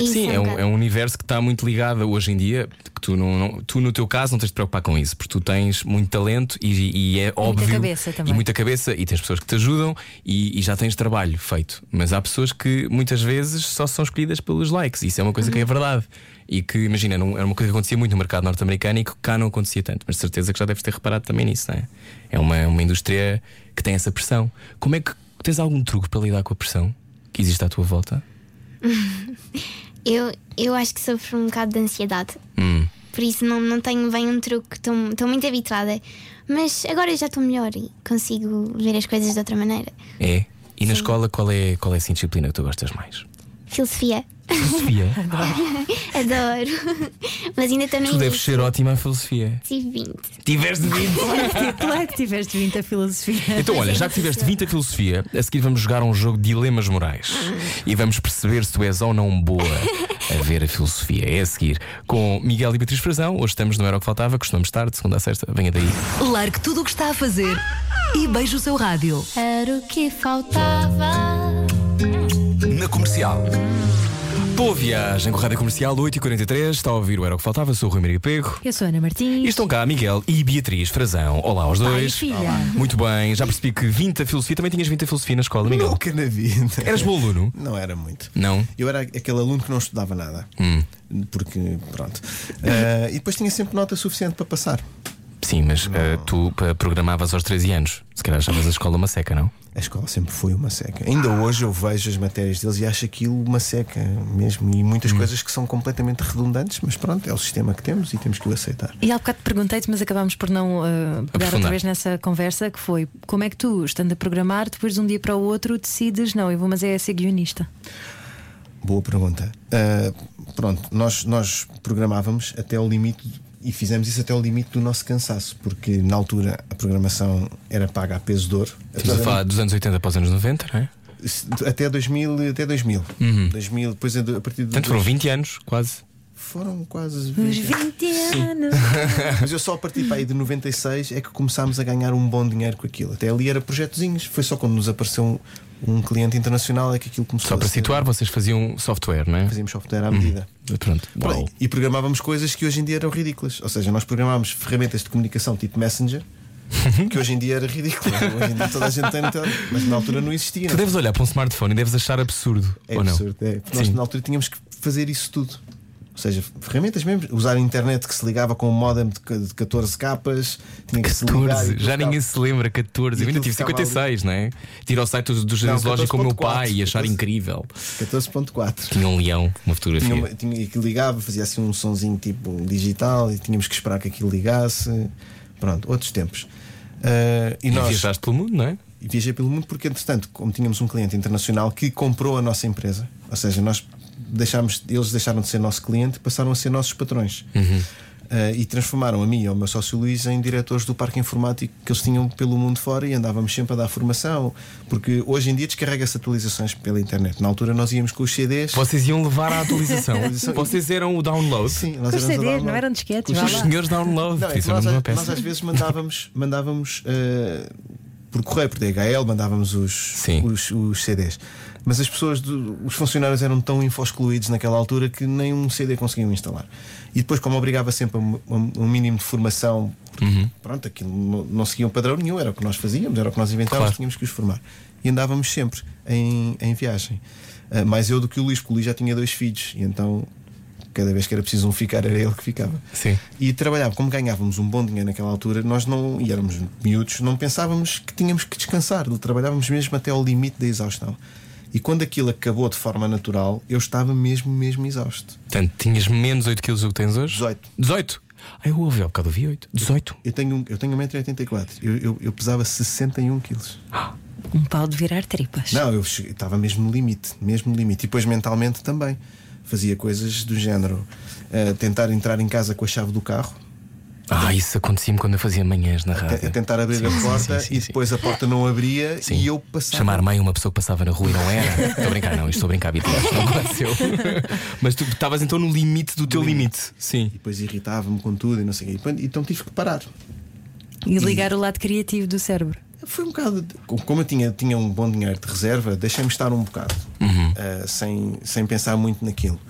Isso Sim, é um, bocado. é um universo que está muito ligado hoje em dia. Que tu, não, não- tu, no teu caso, não tens de preocupar com isso, porque tu tens muito talento e, e é óbvio. cabeça também. E muita cabeça, e tens pessoas que te ajudam e, e já tens trabalho feito. Mas há pessoas que muitas vezes só são escolhidas pelos likes. Isso é uma coisa que é Uhum. verdade. E que, imagina, não, era uma coisa que acontecia muito no mercado norte-americano e que cá não acontecia tanto. Mas de certeza que já deves ter reparado também nisso, não é? É uma, uma indústria que tem essa pressão. Como é que tens algum truque para lidar com a pressão que existe à tua volta? Eu, eu acho que sofro um bocado de ansiedade. Hum. Por isso não, não tenho bem um truque, estou estou muito habituada. Mas agora já estou melhor e consigo ver as coisas de outra maneira. É. E na escola, qual é, qual é assim, a disciplina que tu gostas mais? Filosofia, Filosofia. adoro. Mas ainda estou no tu deves início. ser ótima em filosofia. Tive 20. Tiveste 20. Claro que tiveste vindo a filosofia. Então, olha, já que tiveste 20 a filosofia, a seguir vamos jogar um jogo de dilemas morais. E vamos perceber se tu és ou não boa a ver a filosofia. É a seguir com Miguel e Beatriz Frazão. Hoje estamos no Era o que Faltava, costumamos estar de segunda a sexta. Venha daí. Então, Largue tudo o que está a fazer e beije o seu rádio. Era o que faltava. Na comercial. Boa viagem com a Rádio Comercial 8h43. Está a ouvir o Era o que Faltava. Sou o Rui Maria Pego. Eu sou a Ana Martins. é E um- estão cá Miguel e Beatriz Frazão. Olá aos Pai e dois. filha. Olá. Muito bem, já percebi que 20 a filosofia. Também tinhas 20 a filosofia na escola, Miguel. Nunca na vida. Eras bom aluno? Não era muito. Não. Hum. Eu era aquele aluno que não estudava nada. Porque, pronto. Ah, e depois tinha sempre nota suficiente para passar. Sim, mas eh, tu eh, programavas aos 13 anos. Se calhar achavas a escola uma seca, não? A escola sempre foi uma seca. Ainda hoje eu vejo as matérias deles e acho aquilo uma seca mesmo. E muitas Hum. coisas que são completamente redundantes, mas pronto, é o sistema que temos e temos que o aceitar. E há bocado perguntei-te, mas acabámos por não ah, pegar outra Aprofundar. vez nessa conversa que foi como é que tu, estando a programar, depois de um dia para o outro, decides, não, eu vou, mas é ser guionista. Boa pergunta. Ah, pronto, nós, nós programávamos até o limite e fizemos isso até o limite do nosso cansaço, porque na altura a programação era paga a peso de ouro. A Estamos a programa- falar dos anos 80 para os anos 90, não é? Até 2000, até 2000. 2000 depois a Uhum. a partir de. Portanto, foram 20 anos, quase. Foram quase Os 20. 20 anos. Mas eu só a partir pá, aí de 96 é que começámos a ganhar um bom dinheiro com aquilo. Até ali era projetozinhos. Foi só quando nos apareceu um, um cliente internacional é que aquilo começou Só a para ser- situar, vocês faziam software, não é? Fazíamos software à medida. Pronto. Uau. E programávamos coisas que hoje em dia eram ridículas. Ou seja, nós programávamos ferramentas de comunicação tipo Messenger. Uhum. Que hoje em dia era ridículo. Hoje em dia toda a gente tem no telemóvel. Mas na altura não existia. Tu deves olhar para um smartphone e deves achar absurdo, É ou não? absurdo, é. Porque Nós Sim. na altura tínhamos que fazer isso tudo. Ou seja, ferramentas mesmo, usar a internet que se ligava com um modem de ca- de 14 capas, tinha que se ligar e 14, tudo já ficava- ninguém se lembra, 14. E Eu ainda aquilo tive ficava 56, não é? Tiro ao site do, do Jardim Não, Zoológico com o meu pai 14.4, e achar 14. incrível. 14.4. Tinha um leão, uma fotografia. Tinha, um uma- tinha- e que ligava, fazia assim um sonzinho tipo digital e tínhamos que esperar que aquilo ligasse. Pronto, outros tempos. Ah, e E nós viajaste pelo mundo, não é? e viajei pelo mundo porque, entretanto, como tínhamos um cliente internacional que comprou a nossa empresa, ou seja, nós deixámos, eles deixaram de ser nosso cliente e passaram a ser nossos patrões. Uhum. Ah, e transformaram a mim e ao meu sócio Luís em diretores do parque informático que eles tinham pelo mundo fora e andávamos sempre a dar formação, porque hoje em dia descarrega-se atualizações pela internet. Na altura nós íamos com os CDs. Vocês iam levar à atualização. Vocês eram o download. é- Sim, nós Os éramos a CDs, dar não uma- eram disquetes, Com vá os Os lá. senhores download. não, é que Isso era nós, uma nós peça. às vezes mandávamos, mandávamos eh, por correio, por DHL, mandávamos os, Sim. os, os CDs. Mas as pessoas, do- os funcionários eram tão infoscluídos naquela altura que nem um CD conseguiam instalar. E depois, como obrigava sempre a um, a um mínimo de formação, porque, Uhum. pronto, aquilo não, não seguia um padrão nenhum, era o que nós fazíamos, era o que nós inventávamos, Claro. tínhamos que os formar. E andávamos sempre em, em viagem. Ah, mais eu do que o Luís, porque o Luís já tinha dois filhos, e então cada vez que era preciso um ficar, era ele que ficava. Sim. E trabalhava, como ganhávamos um bom dinheiro naquela altura, nós não, e éramos miúdos, não pensávamos que tínhamos que descansar, trabalhávamos mesmo até ao limite da exaustão. E quando aquilo acabou de forma natural, eu estava mesmo, mesmo exausto. Portanto, tinhas menos 8 quilos do que tens hoje? 18. 18? Ah, eu ouvi, há bocado ouvi 8. 18. Eu tenho, um, eu tenho 1,84m, eu, eu, eu pesava 61 quilos. Um pau de virar tripas. Não, eu cheguei- estava mesmo no limite, mesmo no limite. E depois mentalmente também. Fazia coisas do género. eh, tentar entrar em casa com a chave do carro, Ah, isso acontecia-me quando eu fazia manhãs na te- rádio. tentar abrir Ah, Sim, a sim, porta sim, sim, e sim. depois a porta não abria Sim. e eu passava. Chamar mãe a uma pessoa que passava na rua e não era. Estou a brincar, não, isto estou a brincar, Vitor. Isto não aconteceu. Mas tu estavas então no limite do teu limite. Sim. E depois irritava-me com tudo e não sei o quê. E, pronto, Então tive que parar. E ligar o lado criativo do cérebro. Foi um bocado. de- co- Como eu tinha, tinha um bom dinheiro de reserva, deixei-me estar um bocado, ah, sem, sem pensar muito naquilo.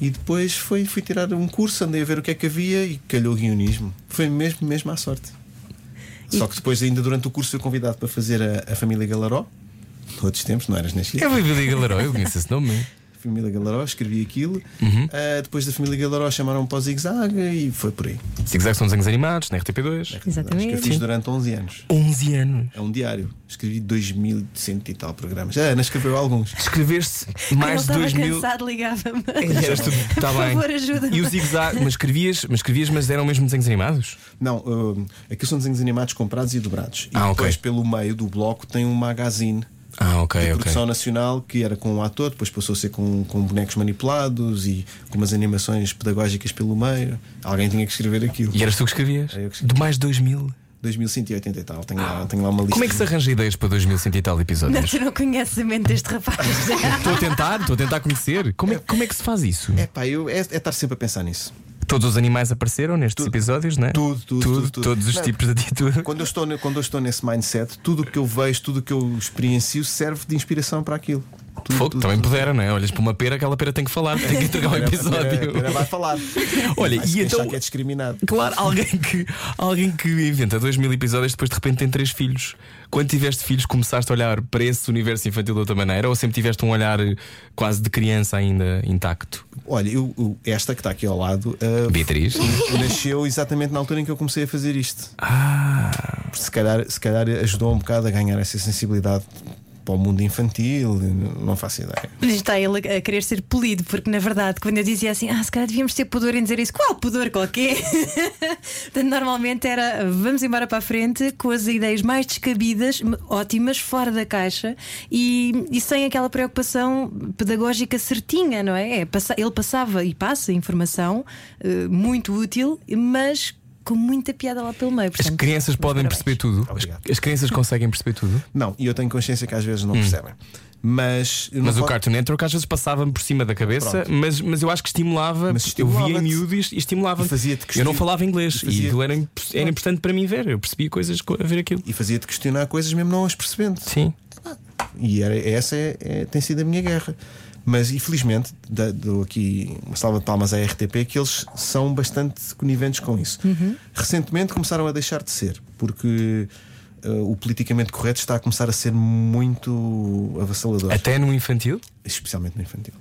E depois foi, fui tirar um curso, andei a ver o que é que havia e calhou guionismo. Foi mesmo, mesmo à sorte. Só que depois, ainda durante o curso, fui convidado para fazer a, a Família Galaró. Todos tempos, não eras nascido. Eu vivi de Galaró, eu conheço esse nome. Família Galaró, escrevi aquilo. Ah, depois da Família Galaró chamaram-me para o Zig Zag e foi por aí. Zig Zag são desenhos animados, na RTP2. Acho que eu Exatamente. fiz durante 11 anos. 11 anos. É um diário. Escrevi 2100 e tal programas. Ah, Ana escreveu alguns. Escreveste Ele mais de estava 2000. cansado, ligava-me. É. Está Por bem. favor, ajuda-me. E o Zig Zag, mas escrevias, mas escrevias, mas eram mesmo desenhos animados? Não, hum, aqui são desenhos animados comprados e dobrados. E Ah, ok. depois, pelo meio do bloco, tem um magazine Ah, de ok, ok. produção nacional que era com um ator, depois passou a ser com, com bonecos manipulados e com umas animações pedagógicas pelo meio. Alguém tinha que escrever aquilo. E eras tu que escrevias? Era eu que De mais de 2000? 2180 e tal. Tenho lá, tenho lá uma lista. Como é que se arranja ideias para 2100 e tal Não, episódios? tu não conheces a mente deste rapaz. Estou a tentar, estou a tentar conhecer. Como é, como é que se faz isso? É pá, eu, é, é estar sempre a pensar nisso. Todos os animais apareceram nestes episódios, não é? Tudo, tudo, tudo, tudo. Todos os Não. tipos de atitude. Quando eu, estou, ne- quando eu estou nesse mindset, tudo o que eu vejo, tudo o que eu experiencio serve de inspiração para aquilo. Tudo, Fogo, tudo, também tudo. pudera, não é? Olhas para uma pera, aquela pera tem que falar, tem que entregar um A primeira- a episódio. primeira vai falar. Olha, É Vai e se queixar então- que é discriminado. Claro, alguém que, alguém que inventa dois mil episódios depois de repente tem três filhos. Quando tiveste filhos, começaste a olhar para esse universo infantil de outra maneira ou sempre tiveste um olhar eh, quase de criança ainda intacto? Olha, eu- eu- esta que está aqui ao lado ah, Beatriz? nasceu exatamente na altura em que eu comecei a fazer isto. Ah, Se calhar, se calhar ajudou um bocado a ganhar essa sensibilidade para o mundo infantil. Não faço ideia. Está ele a querer ser polido, porque na verdade, quando eu dizia assim, ah, se calhar devíamos ter pudor em dizer isso, qual pudor qualquer? Portanto, normalmente era vamos embora para a frente com as ideias mais descabidas, m- ótimas, fora da caixa e, e sem aquela preocupação pedagógica certinha, não é? É, passa- ele passava e passa informação eh, muito útil, mas com muita piada lá pelo meio. as portanto, crianças meus podem parabéns. perceber tudo. As, Obrigado. as crianças conseguem perceber tudo. Não, e eu tenho consciência que às vezes não percebem. Hum. Mas, eu não Mas o posso- Cartoon Network às vezes passava-me por cima da cabeça, mas, mas eu acho que estimulava. Mas eu via em estimulava-te. miúdo e est- e estimulava. E Eu fazia-te não questionar. falava inglês E e fazia- aquilo era, imp- era importante para mim ver. Eu percebia coisas co- a ver aquilo. E fazia-te questionar coisas mesmo não as percebendo. Sim. E era, essa é, é- tem sido a minha guerra. Mas infelizmente da- dou aqui uma salva de palmas à RTP que eles são bastante coniventes com isso. Recentemente começaram a deixar de ser, porque eh, o politicamente correto está a começar a ser muito avassalador, Até no infantil? especialmente no infantil.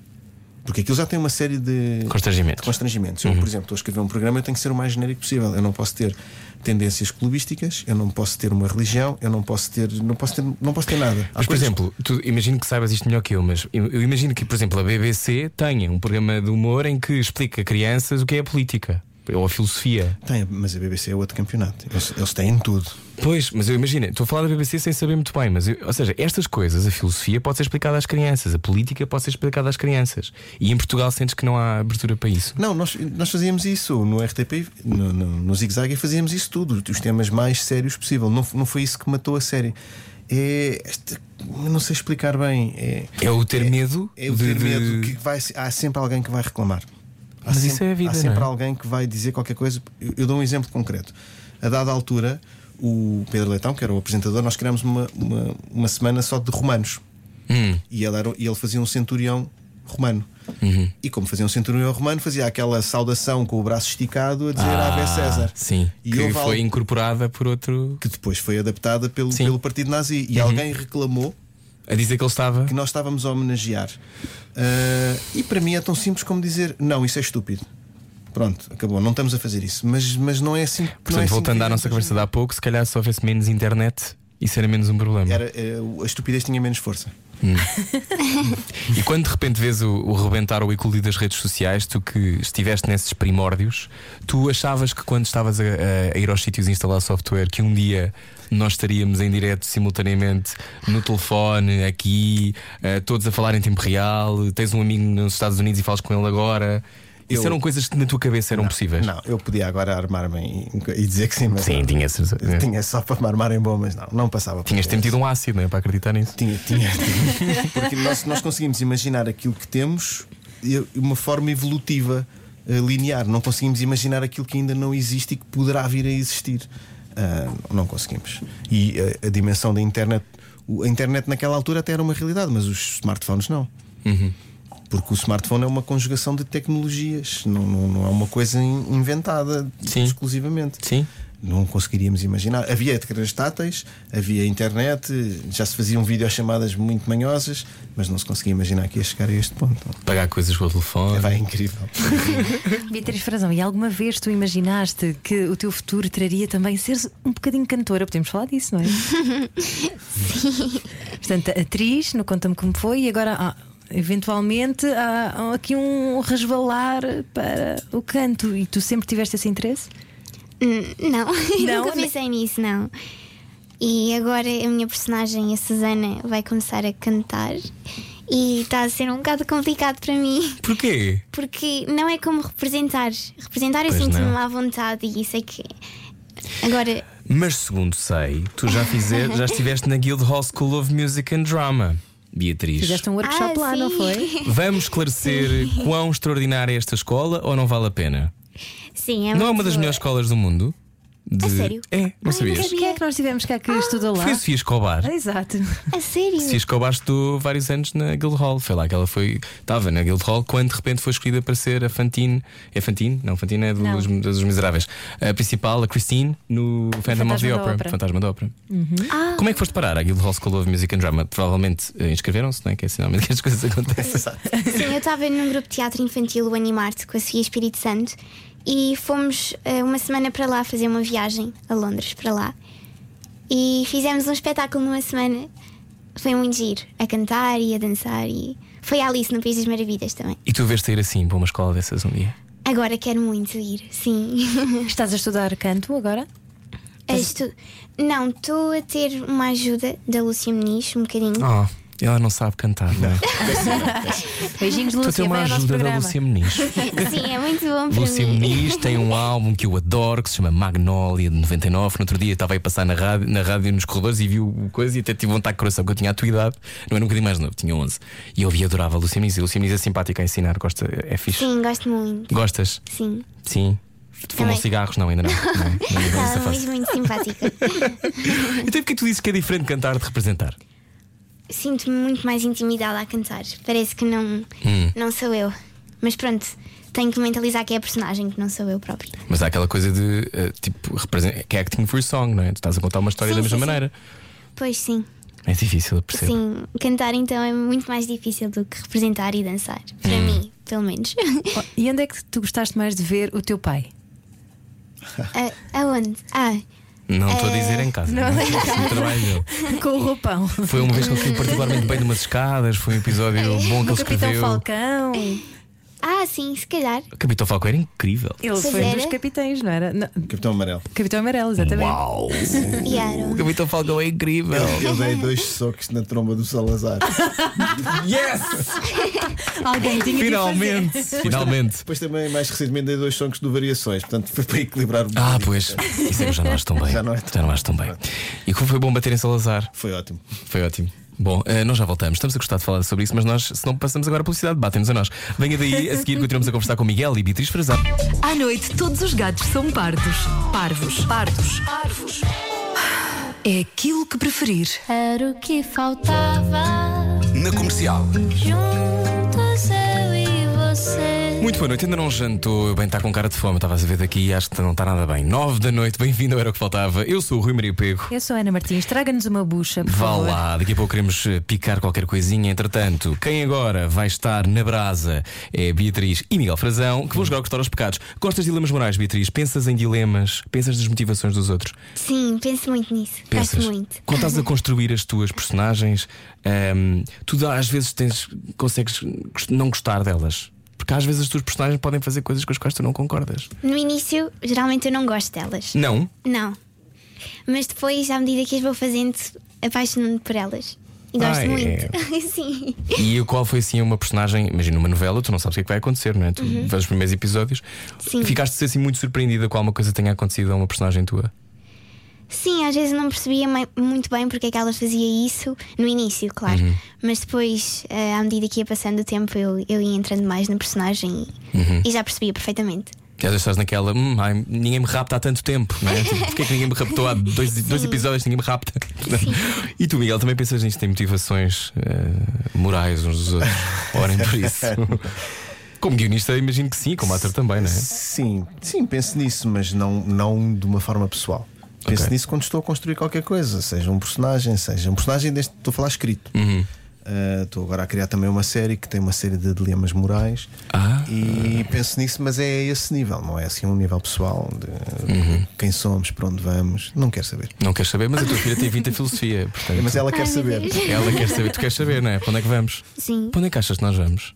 Porque aquilo já tem uma série de Constrangimentos. Uhum. de constrangimentos. Eu, por exemplo, estou a escrever um programa, eu tenho que ser o mais genérico possível. Eu não posso ter tendências clubísticas, eu não posso ter uma religião, eu não posso ter, não posso ter, não posso ter nada. Há Mas, por coisas- exemplo, tu imagino que saibas isto melhor que eu, mas eu eu imagino que, por exemplo, a BBC tenha um programa de humor em que explica a crianças o que é a política ou a filosofia. Tem, mas a BBC é outro campeonato. Eles, eles têm tudo. Pois, mas eu imagino, estou a falar da BBC sem saber muito bem, mas eu- ou seja, estas coisas, a filosofia pode ser explicada às crianças, a política pode ser explicada às crianças. E em Portugal sentes que não há abertura para isso. Não, nós, nós fazíamos isso no RTP, no, no, no Zig Zag, e fazíamos isso tudo, os temas mais sérios possível. Não, f- não foi isso que matou a série. É. esta- eu não sei explicar bem. É, É o ter medo É o de- ter de- medo que vai, se- há sempre alguém que vai reclamar. Há Mas sempre, isso é a vida, Há sempre não é? alguém que vai dizer qualquer coisa. Eu, eu dou um exemplo concreto. A dada altura, o Pedro Leitão, que era o apresentador, nós criámos uma, uma, uma semana só de romanos. Hum. E, ele era- e ele fazia um centurião romano. Uhum. E como fazia um centurião romano, fazia aquela saudação com o braço esticado a dizer Ave César. Ah, Sim, E que houve foi al- incorporada por outro. que depois foi adaptada pelo, Sim. Uhum. pelo partido nazi. E alguém reclamou a dizer que ele estava. que nós estávamos a homenagear. Ah, e para mim é tão simples como dizer: não, isso é estúpido. Pronto, acabou, não estamos a fazer isso. Mas, mas não é assim. não é Portanto, assim voltando que- à nossa conversa de há pouco, se calhar se houvesse menos internet, isso era menos um problema. Era, eh, a estupidez tinha menos força. E quando de repente vês o, o rebentar ou o eclodido das redes sociais, tu que estiveste nesses primórdios, tu achavas que quando estavas a, a- a ir aos sítios instalar software, que um dia nós estaríamos em direto simultaneamente no telefone, aqui, eh, todos a falar em tempo real, tens um amigo nos Estados Unidos e falas com ele agora. Isso Eu- eram coisas que na tua cabeça eram possíveis. Não, eu podia agora armar-me e, e dizer que sim, mas. Sim, não. tinha certeza. Tinha só para me armar em bombas, não, não passava. por Tinhas isso. ter metido um ácido, não é? Para acreditar nisso. Tinha, tinha, tinha. Porque nós, nós conseguimos imaginar aquilo que temos de uma forma evolutiva, eh, linear. Não conseguimos imaginar aquilo que ainda não existe e que poderá vir a existir. Ah, não conseguimos. E eh, a dimensão da internet. o- A internet naquela altura até era uma realidade, mas os smartphones não. Uhum. Porque o smartphone é uma conjugação de tecnologias, não, não, não é uma coisa in- inventada Sim. exclusivamente. Sim. Não conseguiríamos imaginar. Havia ecrãs táteis, havia internet, já se faziam videochamadas muito manhosas, mas não se conseguia imaginar que ia chegar a este ponto. Pagar coisas com o telefone. Vai, é incrível. Beatriz Frazão, e alguma vez tu imaginaste que o teu futuro traria também ser um bocadinho cantora? Podemos falar disso, não é? Sim. Portanto, atriz, no Conta-me Como Foi, e agora, ah, eventualmente, há aqui um resvalar para o canto. E tu sempre tiveste esse interesse? Hum, Não, Não? né? nunca pensei nisso, não. E agora a minha personagem, a Susana, vai começar a cantar e está a ser um bocado complicado para mim. Porquê? Porque não é como representar. Representar eu Pois sinto-me não. à vontade e isso é que. Agora, Mas segundo sei, tu já fizeste, já estiveste na Guild Hall School of Music and Drama, Beatriz. Fizeste um workshop Ah, lá, não sim. foi? Vamos esclarecer quão extraordinária é esta escola ou não vale a pena? Sim, é não é uma muito das boa. melhores escolas do mundo? De... sério? É, Ai, não não sabias? sabia. Quem é que nós tivemos cá Ah. que estudou lá? Foi a Sofia Escobar. Exato. A sério? Sofia Escobar estudou vários anos na Guildhall. Foi lá que ela foi. Estava na Guildhall quando de repente foi escolhida para ser a Fantine. É Fantine? Não, Fantine é do- Não. dos, dos Miseráveis. A principal, a Christine, no Phantom Fantasma of the da Opera. Ópera. Uhum. Fantasma da Ópera. Ah. Como é que foste parar à Guildhall School of Music and Drama? Provavelmente eh, inscreveram-se, não é? Que é sinalmente que as coisas acontecem. Sim, eu estava num grupo de teatro infantil, o Animarte, com a Sofia Espírito Santo, e fomos eh, uma semana para lá fazer uma viagem a Londres para lá. E fizemos um espetáculo numa semana. Foi muito giro, a cantar e a dançar. E foi a Alice no País das Maravilhas também. E tu vês-te ir assim para uma escola dessas um dia? Agora quero muito ir, sim. Estás a estudar canto agora? Estu... Não, estou a ter uma ajuda da Lúcia Meniz, um bocadinho. Ah. Oh, ela não sabe cantar, não é? Beijinhos, Estou a Lúcia, ter uma vai ao nosso ajuda da programa. Lúcia Meniz. Sim, é muito bom para Lúcia mim. Muniz tem um álbum que eu adoro que se chama Magnolia de 99. No outro dia estava aí a passar na rádio, na rádio nos corredores e vi o coisa e até tive vontade de coração, porque eu tinha a tua idade, não era um bocadinho mais novo, tinha 11. E eu vi adorava a Lúcia Muniz. E a Lúcia Muniz é simpática a ensinar, gosta, é fixe. Sim, gosto muito. Gostas? Sim. Sim. Fumam Também. cigarros? Não, ainda não. não, não, não, Ela essa é fase. mesmo muito simpática. Então porque tu dizes que é diferente cantar de representar? Sinto-me muito mais intimidada a cantar. Parece que não, Hum. não sou eu. Mas pronto, tenho que mentalizar que é a personagem, que não sou eu próprio. Mas há aquela coisa de eh, tipo, represent... que é acting for song, não é? Tu estás a contar uma história Sim, da mesma sim, sim. maneira. Pois sim. É difícil, eu percebo. Sim, cantar então é muito mais difícil do que representar e dançar. Para Hum. mim, pelo menos. Oh, E onde é que tu gostaste mais de ver o teu pai? A- aonde? Ah, Não estou a Eh, dizer em casa. não. Não, é o trabalho dele. Com o roupão. Foi uma vez que ele caiu particularmente bem numas escadas, foi um episódio bom que Do ele Capitão escreveu. Falcão. É. ah, sim, se calhar. O Capitão Falcão era incrível. Ele Pois foi um era. dos capitães, não era? Não, Capitão Amarelo. Capitão Amarelo, exatamente. Uau! E era. O Capitão Falcão é incrível. Eu dei dois socos na tromba do Salazar. Yes! Alguém tinha Finalmente! Finalmente! Depois também, mais recentemente, dei dois socos do Variações. Portanto, foi para equilibrar um o. Ah, pois, isso é que eu já não acho tão bem. Já não é Já tão- não acho tão bem. E como foi bom bater em Salazar? Foi ótimo. Foi ótimo. Bom, eh, nós já voltamos. Estamos a gostar de falar sobre isso, mas nós, se não passamos agora a publicidade, batem-nos a nós. Venha daí, a seguir continuamos a conversar com Miguel e Beatriz Frazão. À noite, todos os gatos são pardos. Parvos, pardos, parvos. É aquilo que preferir. Era o que faltava. Na comercial. Juntos eu e você. Muito boa noite, ainda não jantou, eu bem está com cara de fome, estava a ver daqui e acho que não está nada bem. Nove da noite, bem-vindo, ao era o que faltava. Eu sou o Rui Maria Pego. Eu sou a Ana Martins, traga-nos uma bucha, por Vá favor. lá, daqui a pouco queremos eh, picar qualquer coisinha. Entretanto, quem agora vai estar na brasa é Beatriz e Miguel Frazão, que vão jogar o Cortar aos Pecados. Gostas de dilemas morais, Beatriz? Pensas em dilemas, pensas nas motivações dos outros? Sim, penso muito nisso. Pensas? Gosto muito. Quando estás a construir as tuas personagens, ehm, tu dá- às vezes tens, consegues não gostar delas. Porque às vezes as tuas personagens podem fazer coisas com as quais tu não concordas. No início, geralmente eu não gosto delas. Não? Não. Mas depois, à medida que as vou fazendo, apaixono-me por elas. E gosto Ah, é. muito. Sim. E o qual foi assim uma personagem? Imagina uma novela, tu não sabes o que é que vai acontecer, não é? Tu vês os primeiros episódios. Sim. Ficaste assim muito surpreendida com alguma coisa que tenha acontecido a uma personagem tua. Sim, às vezes eu não percebia mai- muito bem porque é que ela fazia isso no início, claro. Mas depois, eh, à medida que ia passando o tempo, eu, eu ia entrando mais na personagem e, e já percebia perfeitamente. Que às vezes estás naquela, "Hum, ai, ninguém me rapta há tanto tempo, não é? Tipo, Porquê é que ninguém me raptou há dois, dois episódios, ninguém me rapta? E tu, Miguel, também pensas nisto, tem motivações eh, morais uns dos outros. Orem por isso. Como guionista, imagino que sim, como ator também, não é? Sim, sim, penso nisso, mas não, não de uma forma pessoal. Penso Ok. nisso quando estou a construir qualquer coisa, seja um personagem, seja um personagem deste estou a falar escrito. Uhum. Ah, Estou agora a criar também uma série que tem uma série de dilemas morais Ah. e penso nisso, mas é esse nível, não é assim um nível pessoal de Uhum. quem somos, para onde vamos, não quero saber. Não queres saber, mas a tua filha tem 20 a filosofia, portanto. Mas ela Ai, quer meu saber. Deus. Ela quer saber, tu queres saber, não é? Para onde é que vamos? Sim, Para onde é que achas que nós vamos?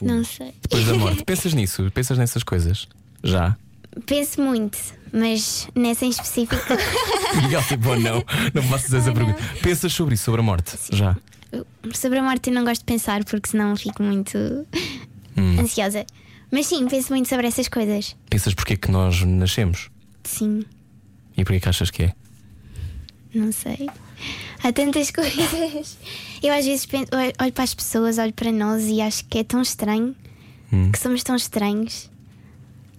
não sei. Depois da morte. Pensas nisso? Pensas nessas coisas? Já? Penso muito, mas nessa em específico, Miguel, tipo, ou não? Não me faças essa pergunta. Pensas sobre isso, sobre a morte? Já? sobre a morte eu não gosto de pensar porque senão fico muito ansiosa. Mas sim, penso muito sobre essas coisas. Pensas porque é que nós nascemos? Sim. E porque é que achas que é? Não sei. Há tantas coisas. Eu às vezes pen- olho olho para as pessoas, olho para nós e acho que é tão estranho. Que somos tão estranhos.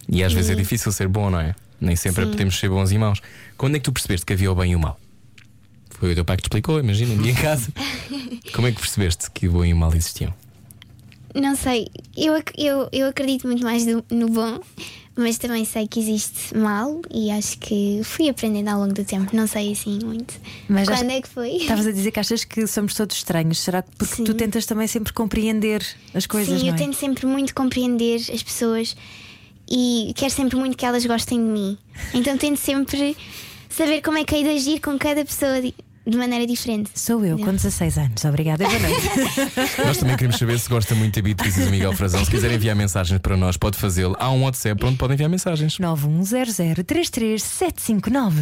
E às Hum. vezes é difícil ser bom, não é? Nem sempre podemos ser bons e maus. Quando é que tu percebeste que havia o bem e o mal? Foi o teu pai que te explicou, imagina, um dia em casa. Como é que percebeste que o bom e o mal existiam? Não sei, eu, ac- eu, eu acredito muito mais do- no bom, mas também sei que existe mal e acho que fui aprendendo ao longo do tempo. Não sei assim muito. Mas já- Quando é que foi? Estavas a dizer que achas que somos todos estranhos. Será que porque Sim. tu tentas também sempre compreender as coisas? Sim, não eu é? tento sempre muito compreender as pessoas e quero sempre muito que elas gostem de mim. Então tento sempre saber como é que hei de agir com cada pessoa de, de maneira diferente. Sou eu, com 16 anos. Obrigada, boa noite. Nós também queremos saber se gosta muito da Beatriz e do Miguel Frazão. Se quiser enviar mensagens para nós, pode fazê-lo. Há um WhatsApp onde podem enviar mensagens. 910033759.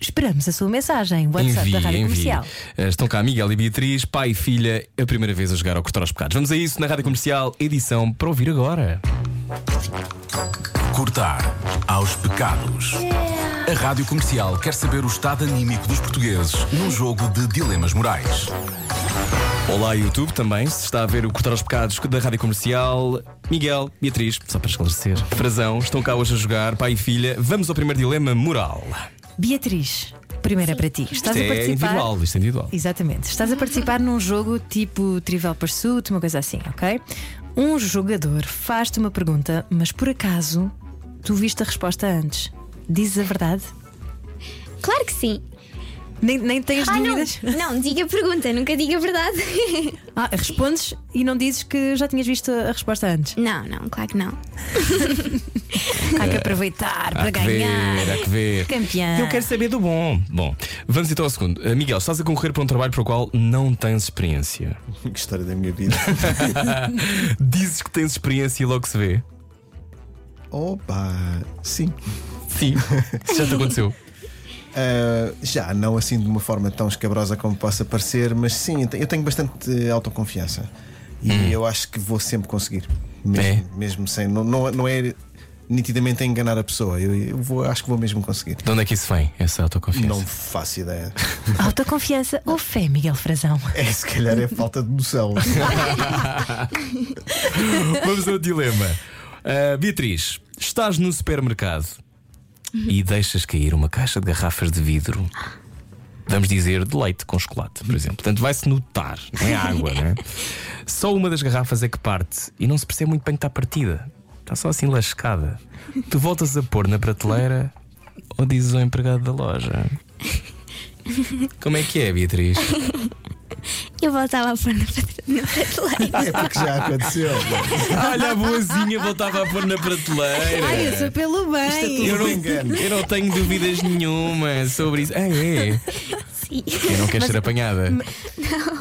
Esperamos a sua mensagem. WhatsApp da Rádio Comercial. Eh, Estão cá Miguel e Beatriz, pai e filha, a primeira vez a jogar ao cortar aos pecados. Vamos a isso na Rádio Comercial, edição para ouvir agora. Cortar aos pecados. A Rádio Comercial quer saber o estado anímico dos portugueses num jogo de dilemas morais. Olá, YouTube também, se está a ver o Cortar aos Pecados da Rádio Comercial. Miguel, Beatriz, só para esclarecer. Frazão, estão cá hoje a jogar, pai e filha. Vamos ao primeiro dilema moral. Beatriz, primeiro é para ti. Estás isto a é participar. individual, isto é individual. Exatamente. Estás a participar num jogo tipo Trivial Pursuit, uma coisa assim, ok? Um jogador faz-te uma pergunta, mas por acaso tu viste a resposta antes. Dizes a verdade? Claro que sim. Nem, nem tens Ah, não. dúvidas? não, diga a pergunta, nunca diga a verdade. Ah, respondes e não dizes que já tinhas visto a resposta antes. não, não, claro que não. Há que aproveitar para Há que ver, ganhar. há que ver. Campeã. Eu quero saber do bom. Bom, vamos então ao segundo. Eh, Miguel, estás a concorrer para um trabalho para o qual não tens experiência. Que história da minha vida. Dizes que tens experiência e logo se vê. Opa, sim. Sim. Isso já te aconteceu. Ah, já, não assim de uma forma tão escabrosa como possa parecer, mas sim, eu te- eu tenho bastante eh, autoconfiança e eu acho que vou sempre conseguir, mesmo, mesmo sem. Não, não, não é nitidamente a enganar a pessoa, eu, eu vou, acho que vou mesmo conseguir. De onde é que isso vem, essa autoconfiança? Não faço ideia. Autoconfiança ou fé, Miguel Frazão? É, se calhar é falta de noção. Vamos ao dilema. Ah, Beatriz, estás no supermercado e deixas cair uma caixa de garrafas de vidro. Vamos dizer de leite com chocolate, por exemplo. Portanto, vai-se notar, não é água, não é? Só uma das garrafas é que parte e não se percebe muito bem que está partida. Está só assim lascada. Tu voltas a pôr na prateleira ou dizes ao empregado da loja? Como é que é, Beatriz? Eu voltava a pôr na prat- na prateleira. é porque já aconteceu. Olha, a boazinha voltava a pôr na prateleira. Ai, eu sou pelo é bem. Eu não, engano. eu não tenho dúvidas nenhuma sobre isso. Ah, é? Sim. Eu não quero ser apanhada.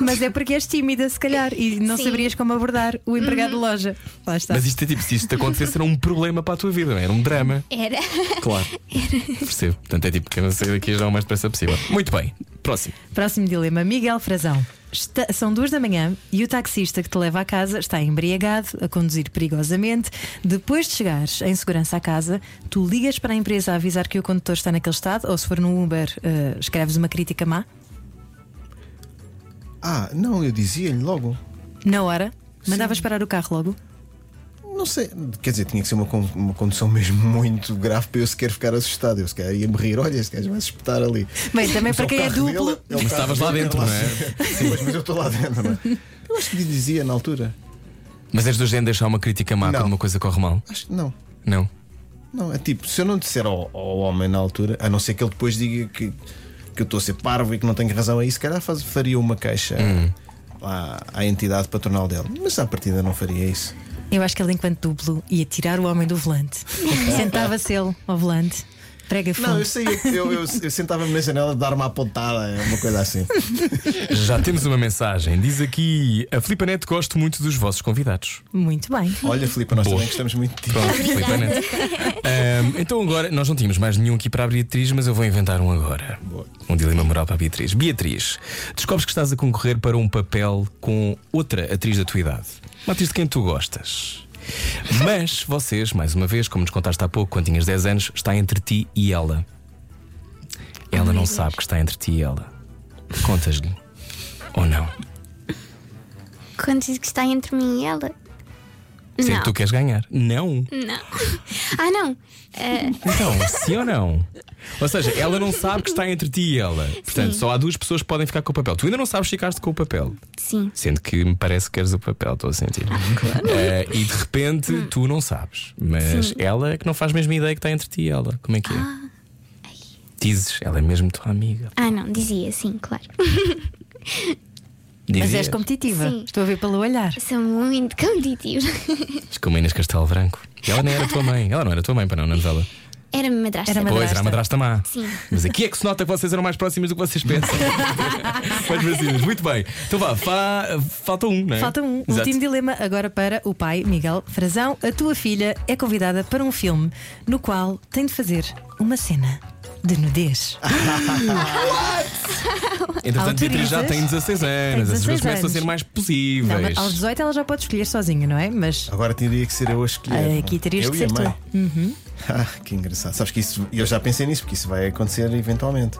Mas é porque és tímida, se calhar, e não Sim. saberias como abordar o empregado de loja. Lá está. Mas isto é tipo, se isto te acontecesse, era um problema para a tua vida, não é? era um drama. Era. Claro. Percebo. Portanto, é tipo, quero sair daqui já o mais depressa possível. Muito bem, próximo. Próximo dilema, Miguel Frazão. Está- são duas da manhã e o taxista que te leva à casa está embriagado, a conduzir perigosamente. Depois de chegares em segurança à casa, tu ligas para a empresa a avisar que o condutor está naquele estado, ou se for no Uber, eh, escreves uma crítica má, Ah, não, eu dizia-lhe logo. na hora, mandavas parar o carro logo. Não sei, quer dizer, tinha que ser uma, con- uma condição mesmo muito grave para eu sequer ficar assustado. Eu se calhar ia me rir, olha, este gajo vai se espetar ali. Bem, também para o quem é carro duplo. dele, é Mas o carro estavas lá dele, dentro, lá não é? Sim, mas, mas eu estou lá dentro, não é? Eu acho que lhe dizia na altura. Mas és do género deixar uma crítica má Não. quando uma coisa corre mal? Acho que não. Não. Não, é tipo, se eu não disser ao, ao homem na altura, a não ser que ele depois diga que, que eu estou a ser parvo e que não tenho razão aí, se calhar faz- faria uma queixa à, à entidade patronal dele. Mas à partida não faria isso. Eu acho que ele, enquanto duplo, ia tirar o homem do volante. Sentava-se ele ao volante, prega fundo. Não, eu sei, eu, eu, eu sentava-me na janela de dar uma apontada, uma coisa assim. Já temos uma mensagem. Diz aqui: A Filipa Neto gosto muito dos vossos convidados. Muito bem. Olha, Filipe, nós Boa. também gostamos muito de ti. Pronto, Filipa Neto. Ahm, então agora, nós não tínhamos mais nenhum aqui para a Beatriz, mas eu vou inventar um agora. Um dilema moral para a Beatriz. Beatriz, descobres que estás a concorrer para um papel com outra atriz da tua idade. Uma atriz de quem tu gostas. Mas vocês, mais uma vez, como nos contaste há pouco, quando tinhas 10 anos, está entre ti e ela. Ela não Deus. sabe que está entre ti e ela. Contas-lhe. Ou não? Quando diz que está entre mim e ela. Sim, não. tu queres ganhar. Não. Não. ah, não. Ah, Então, sim ou não? Ou seja, ela não sabe que está entre ti e ela. Portanto, Sim. só há duas pessoas que podem ficar com o papel. Tu ainda não sabes se ficaste com o papel. sim. Sendo que me parece que queres o papel, estou a sentir. Eh, e de repente Ah. tu não sabes. Mas ela é que não faz a mesma ideia que está entre ti e ela. Como é que é? Ah, Dizes, ela é mesmo tua amiga. Ah, não. Dizia, sim, claro. Mas és Dizias. competitiva. Sim. Estou a ver pelo olhar. É? Sou muito competitiva. Como a Inês Castelo Branco. E ela nem era tua mãe. Ela não era tua mãe para não, na novela. Era madrasta. Era madrasta. Pois, era a madrasta má. Sim. Mas aqui é que se nota que vocês eram mais próximas do que vocês pensam. mais próximas. Muito bem. Então vá, fa- falta um, não é? Falta um Exato. último dilema agora para o pai Miguel Frazão. A tua filha é convidada para um filme no qual tem de fazer uma cena de nudez. Ah, Entretanto, Beatriz já Autorizas? tem 16 anos. As 16 pessoas começam a anos. ser mais Não, possíveis. mas aos 18 ela já pode escolher sozinha, não é? Mas Agora teria que ser eu a escolher. é? Ah, aqui terias eu que e ser a tu. Uhum. mãe. Ah, que engraçado. Sabes que isso, eu já pensei nisso, porque isso vai acontecer eventualmente.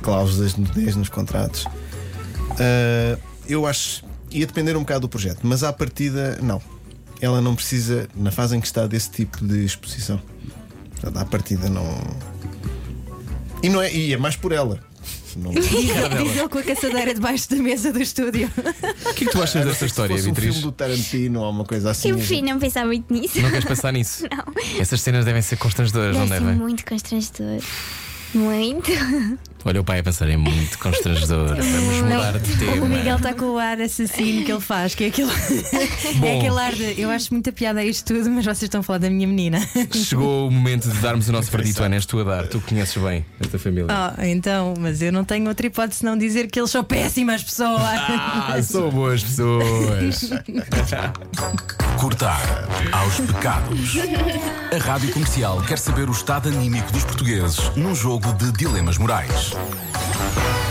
Cláusulas de nudez nos contratos. Ah, eu acho. ia depender um bocado do projeto, mas à partida, não. Ela não precisa, na fase em que está, desse tipo de exposição. Portanto, à partida, não. E, não é, e é mais por ela. Não, diz ele com a caçadeira debaixo da mesa do estúdio. O que é que tu achas dessa história, se fosse um Beatriz? filme do Tarantino ou uma coisa assim. Eu prefiro não pensar muito nisso. Não queres pensar nisso? Não. Essas cenas devem ser constrangedoras, não Deve ser devem? muito constrangedor. é? Então, Muito. Olha o pai a pensar, é muito constrangedor. Vamos mudar de O tema. Miguel está com o ar assassino que ele faz, que é aquele, é Bom. aquele ar de eu acho muita piada a isto tudo, mas vocês estão a falar da minha menina. Chegou o momento de darmos o nosso verdito, Ana. És tu a dar. Tu conheces bem esta família. Oh, então, mas eu não tenho outra hipótese não dizer que eles são péssimas pessoas. Ah, são boas pessoas. Cortar aos pecados. A Rádio Comercial quer saber o estado anímico dos portugueses num jogo de dilemas morais.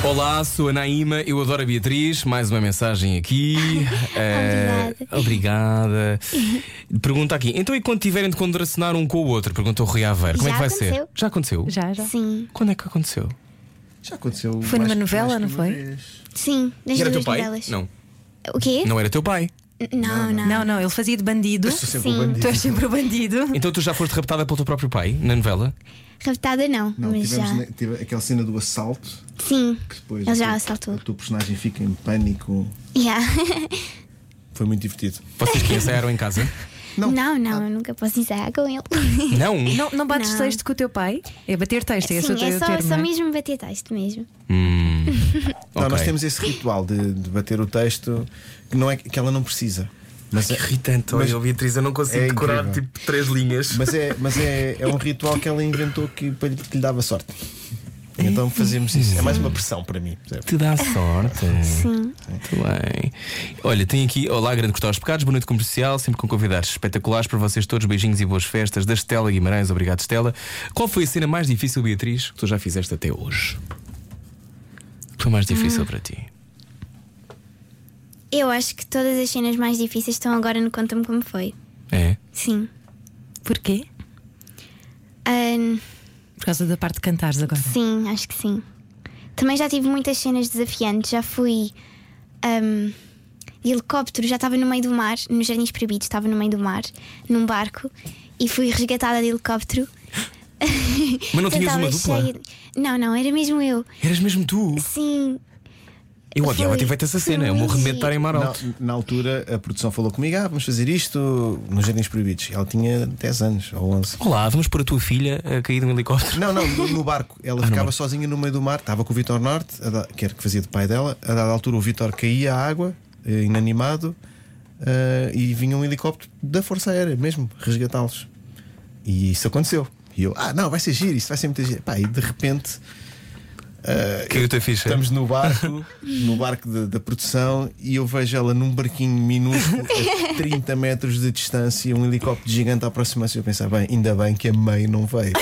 Olá, sou a Naíma, eu adoro a Beatriz. Mais uma mensagem aqui. Eh, obrigada. Pergunta aqui: então, e quando tiverem de contracenar um com o outro? Perguntou o Rui Aveiro. Como é Já que vai ser? aconteceu. Já aconteceu? Já, já. Sim, Quando é que aconteceu? Já aconteceu. Foi mais- numa novela, mais que não uma foi? vez. sim. Das era duas teu pai? novelas. Não, O quê? não era teu pai. Não, não. Não, não, ele fazia de bandido. Eu sou sempre Sim. o bandido. Tu és sempre o bandido. Então, tu já foste raptada pelo teu próprio pai na novela? Raptada não, Não, mas já. tivemos ne- tive aquela cena do assalto Sim. que depois. Ele já o- assaltou. O teu personagem fica em pânico. Yeah. Foi muito divertido. Vocês que ensaiaram em casa? Não, não, Ah. eu nunca posso ensaiar com ele. Não. Não, não bates Não. texto com o teu pai? É bater texto, é esse o Sim, teu é só, termo. só não é? mesmo bater texto mesmo. Hum. Não, Ok. nós temos esse ritual de, de bater o texto que não é que que ela não precisa. Mas, é, Irritante, olha, Beatriz, eu não consigo É decorar, incrível. tipo três linhas. mas, é, mas é, é um ritual que ela inventou que, para lhe- que lhe dava sorte. Então fazemos isso. É mais uma pressão para mim. percebe? Te dá sorte. Sim. Muito bem. Olha, tem aqui. Olá, grande cortar os pecados, boa noite comercial, sempre com convidados espetaculares para vocês todos. Beijinhos e boas festas da Estela Guimarães. Obrigado, Estela. Qual foi a cena mais difícil, Beatriz, que tu já fizeste até hoje? Que Foi mais difícil para ti? Eu acho que todas as cenas mais difíceis estão agora no Conta-me Como Foi. É? Sim. Porquê? Ah, Por causa da parte de cantares agora. Sim, acho que sim. Também já tive muitas cenas desafiantes. Já fui ahm, de helicóptero, já estava no meio do mar, nos Jardins Proibidos, estava no meio do mar, num barco, e fui resgatada de helicóptero. Mas não tinhas Eu uma estava dupla? cheia de- Não, não, era mesmo eu. Eras mesmo tu? Sim, Eu odiava Foi- tive essa cena. foi Eu morro de medo de giro. estar em mar Na, alto. na altura a produção falou comigo: ah, vamos fazer isto nos Jardins Proibidos. Ela tinha 10 anos ou 11. Olá, vamos pôr a tua filha a cair de um helicóptero. Não, não, Ah, no, no barco. Ela ficava sozinha no meio do mar, estava com o Vitor Norte, a da- que era que fazia de pai dela. A dada altura, o Vitor caía à água, eh, inanimado, eh, e vinha um helicóptero da Força Aérea mesmo, resgatá-los. E isso aconteceu. E eu, ah, não, vai ser giro, isso vai ser muito giro. Pá, e de repente Caiu a tua ficha. estamos no barco, no barco da, da produção, e eu vejo ela num barquinho minúsculo, a 30 metros de distância, um helicóptero gigante a aproximar-se. Eu pensei, bem, ainda bem que a mãe não veio.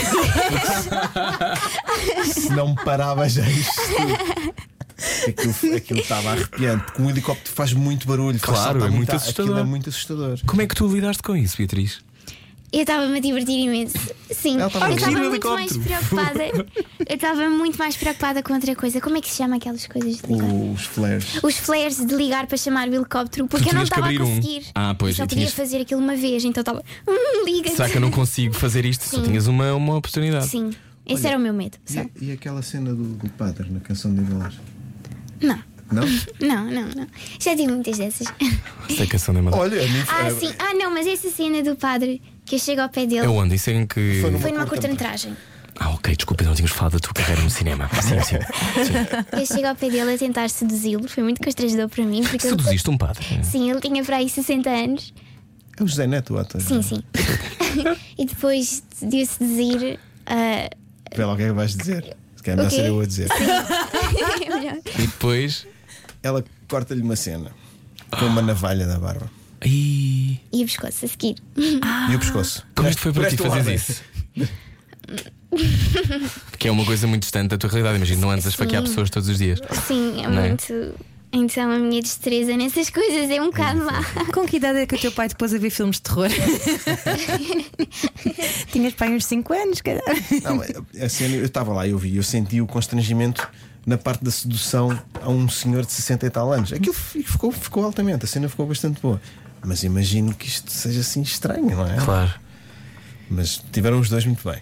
Se não parava já isto. tudo. Aquilo, aquilo estava arrepiante, porque um helicóptero faz muito barulho, faz Claro, saltar é muito ar. assustador. Aquilo é muito assustador. Como é que tu lidaste com isso, Beatriz? Eu estava-me a divertir imenso. Sim, Ela eu estava a estava dirigir um muito mais preocupada. Eu estava muito mais preocupada com outra coisa. Como é que se chama aquelas coisas de ligar? Os flares. Os flares de ligar para chamar o helicóptero, porque Tu eu não tinhas que estava a abrir um. conseguir. Ah, pois, Eu só e podia tinhas- fazer aquilo uma vez, então estava. Hum, liga Será que eu não consigo fazer isto? Só Sim. tinhas uma, uma oportunidade. Sim, esse era o meu medo. só. E, e aquela cena do, do padre na canção de Igualar? Não, Não? não, não, não. Já tive muitas dessas. Esta é a canção da Madeira. Olha, a mim é, ah, foi- sim. Ah, não, mas essa cena do padre que eu chego ao pé dele É onde? Isso é em que. Foi numa foi numa curta-metragem. curta-metragem. Ah, ok, desculpa, não tínhamos falado da tua carreira no cinema. Sim, sim. sim. Eu chego ao pé dele a tentar seduzi-lo, foi muito constrangedor para mim. Porque ele- Seduziste um padre. Sim, ele tinha para aí 60 anos. é o José Neto, o ator. Sim, sim. e depois de o seduzir. ah, Vê lá o que é que vais dizer. Se calhar melhor Ok. ser eu a dizer. é melhor. E depois. Ela corta-lhe uma cena com uma navalha na barba Ai, e o pescoço a seguir. e o pescoço. Ah. como isto foi para ti Presta uma fazeres ordem. isso? Que é uma coisa muito distante da tua realidade, imagino. Não andas a esfaquear Sim. pessoas todos os dias. Sim, é Não é? muito. Então a minha destreza nessas coisas é um bocado má. Uhum. Com que idade é que o teu pai te pôs a ver filmes de terror? Tinhas pai uns 5 anos, cara. Não, a cena, eu estava lá, eu vi, eu senti o constrangimento na parte da sedução a um senhor de 60 e tal anos. Aquilo fi- ficou, ficou altamente, a cena ficou bastante boa. Mas imagino que isto seja assim estranho, não é? Claro. Mas tiveram os dois muito bem.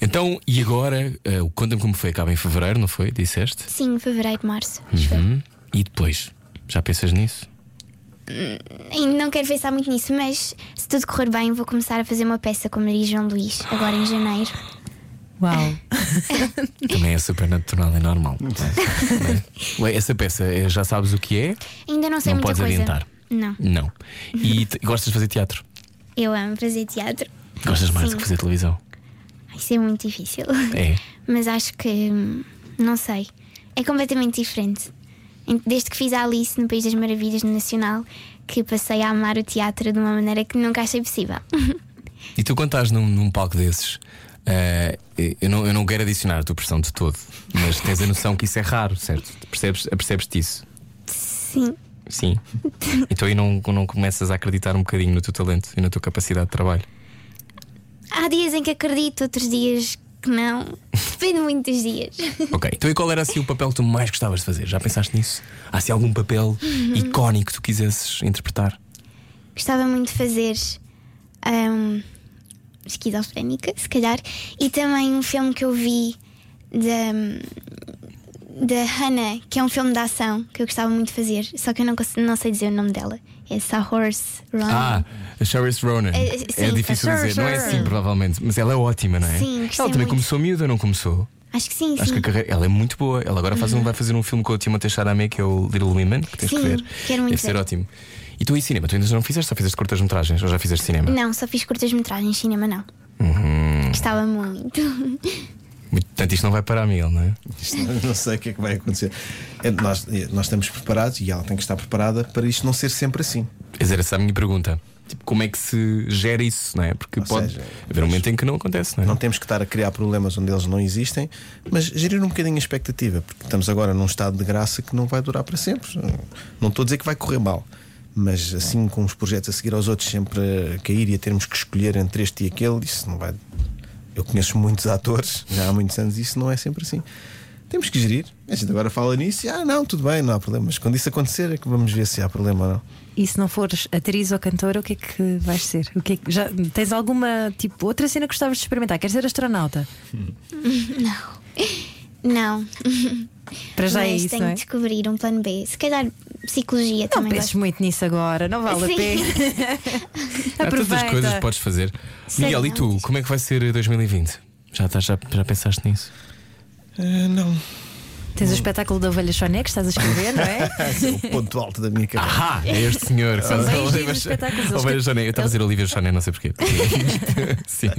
Então, e agora? eh, o Conta-me como foi. Acaba em fevereiro, não foi? Disseste? Sim, fevereiro, março. acho eu. Hum. E depois? Já pensas nisso? Ainda não quero pensar muito nisso, mas se tudo correr bem, vou começar a fazer uma peça com Maria João Luís, agora em janeiro. Uau. Também é supernatural e normal. é? Ué, essa peça, eh, já sabes o que é? Ainda não sei Não muita podes coisa. adiantar. Não, Não. E te- gostas de fazer teatro? eu amo fazer teatro. Gostas mais Sim. do que fazer televisão? Isso é muito difícil. É. Mas acho que. hum, Não sei. É completamente diferente. Em- Desde que fiz a Alice no País das Maravilhas, no Nacional, que passei a amar o teatro de uma maneira que nunca achei possível. E tu, quando estás num, num palco desses, eh, eu, não, eu não quero adicionar a tua pressão de todo, mas tens a noção que isso é raro, certo? Percebes, apercebes-te isso? Sim. Sim. Então aí não, não começas a acreditar um bocadinho no teu talento e na tua capacidade de trabalho. Há dias em que acredito, outros dias que não. Depende muito dos dias. Ok, então e qual era assim o papel que tu mais gostavas de fazer? Já pensaste nisso? Há assim algum papel Uhum. icónico que tu quisesses interpretar? Gostava muito de fazer hum, esquizofrénica, se calhar, e também um filme que eu vi da, hum, da Hannah, que é um filme de ação que eu gostava muito de fazer, só que eu não, cons- não sei dizer o nome dela. É Sahorse Ron. Ah, a Charis Ronan. Eh, é sim, difícil a dizer, não é Saoirse assim, Ronan. provavelmente, mas ela é ótima, não é? Sim, gostei ela também muito. começou miúda, não começou? Acho que sim, Acho que sim. a carreira, ela é muito boa. Ela agora faz um, vai fazer um filme com a Timothée Chalamet que é o Little Women, que tens que Sim, ver. quero muito Deve ser ver. ótimo. E tu em cinema, tu ainda não fizeste, só fizeste curtas-metragens ou já fizeste cinema? Não, só fiz curtas-metragens, cinema não. Uhum. Gostava muito. Muito- Portanto, isto não vai parar, Miguel, não é? Isto não- não sei o que é que vai acontecer. É, Nós, é, nós estamos preparados e ela tem que estar preparada para isto não ser sempre assim. Quer dizer, essa é a minha pergunta. Tipo, como é que se gera isso, não é? Porque Ou pode seja, haver um momento em que não acontece, não é? Não temos que estar a criar problemas onde eles não existem, mas gerir um bocadinho a expectativa, porque estamos agora num estado de graça que não vai durar para sempre. Não estou a dizer que vai correr mal, mas assim com os projetos a seguir aos outros sempre a cair e a termos que escolher entre este e aquele, isso não vai. Eu conheço muitos atores já há muitos anos e isso não é sempre assim. Temos que gerir. A gente agora fala nisso e ah, não, tudo bem, não há problema. Mas quando isso acontecer é que vamos ver se há problema ou não. E se não fores atriz ou cantora, o que é que vais ser? O que é que- já, tens alguma tipo outra cena que gostavas de experimentar? Queres ser astronauta? Não, Para já é mas isso, tenho não é? que descobrir um plano B. Se calhar psicologia Não também. penses gosto. muito nisso agora, não vale Sim. a pena. Há tantas Aproveita. coisas que podes fazer. Sei Miguel, e não. tu, como é que vai ser 2020? Já, estás- já, já pensaste nisso? Ah, não. Tens o espetáculo da Ovelha Choné que estás a escrever, não é? Esse é o ponto alto da minha carreira. Ahá, é este senhor que faz bem o giros Oliver os espetáculos, Ch- eles Oliver que- Choné. Eu estava a dizer Oliver Choné, não sei porquê. Sim.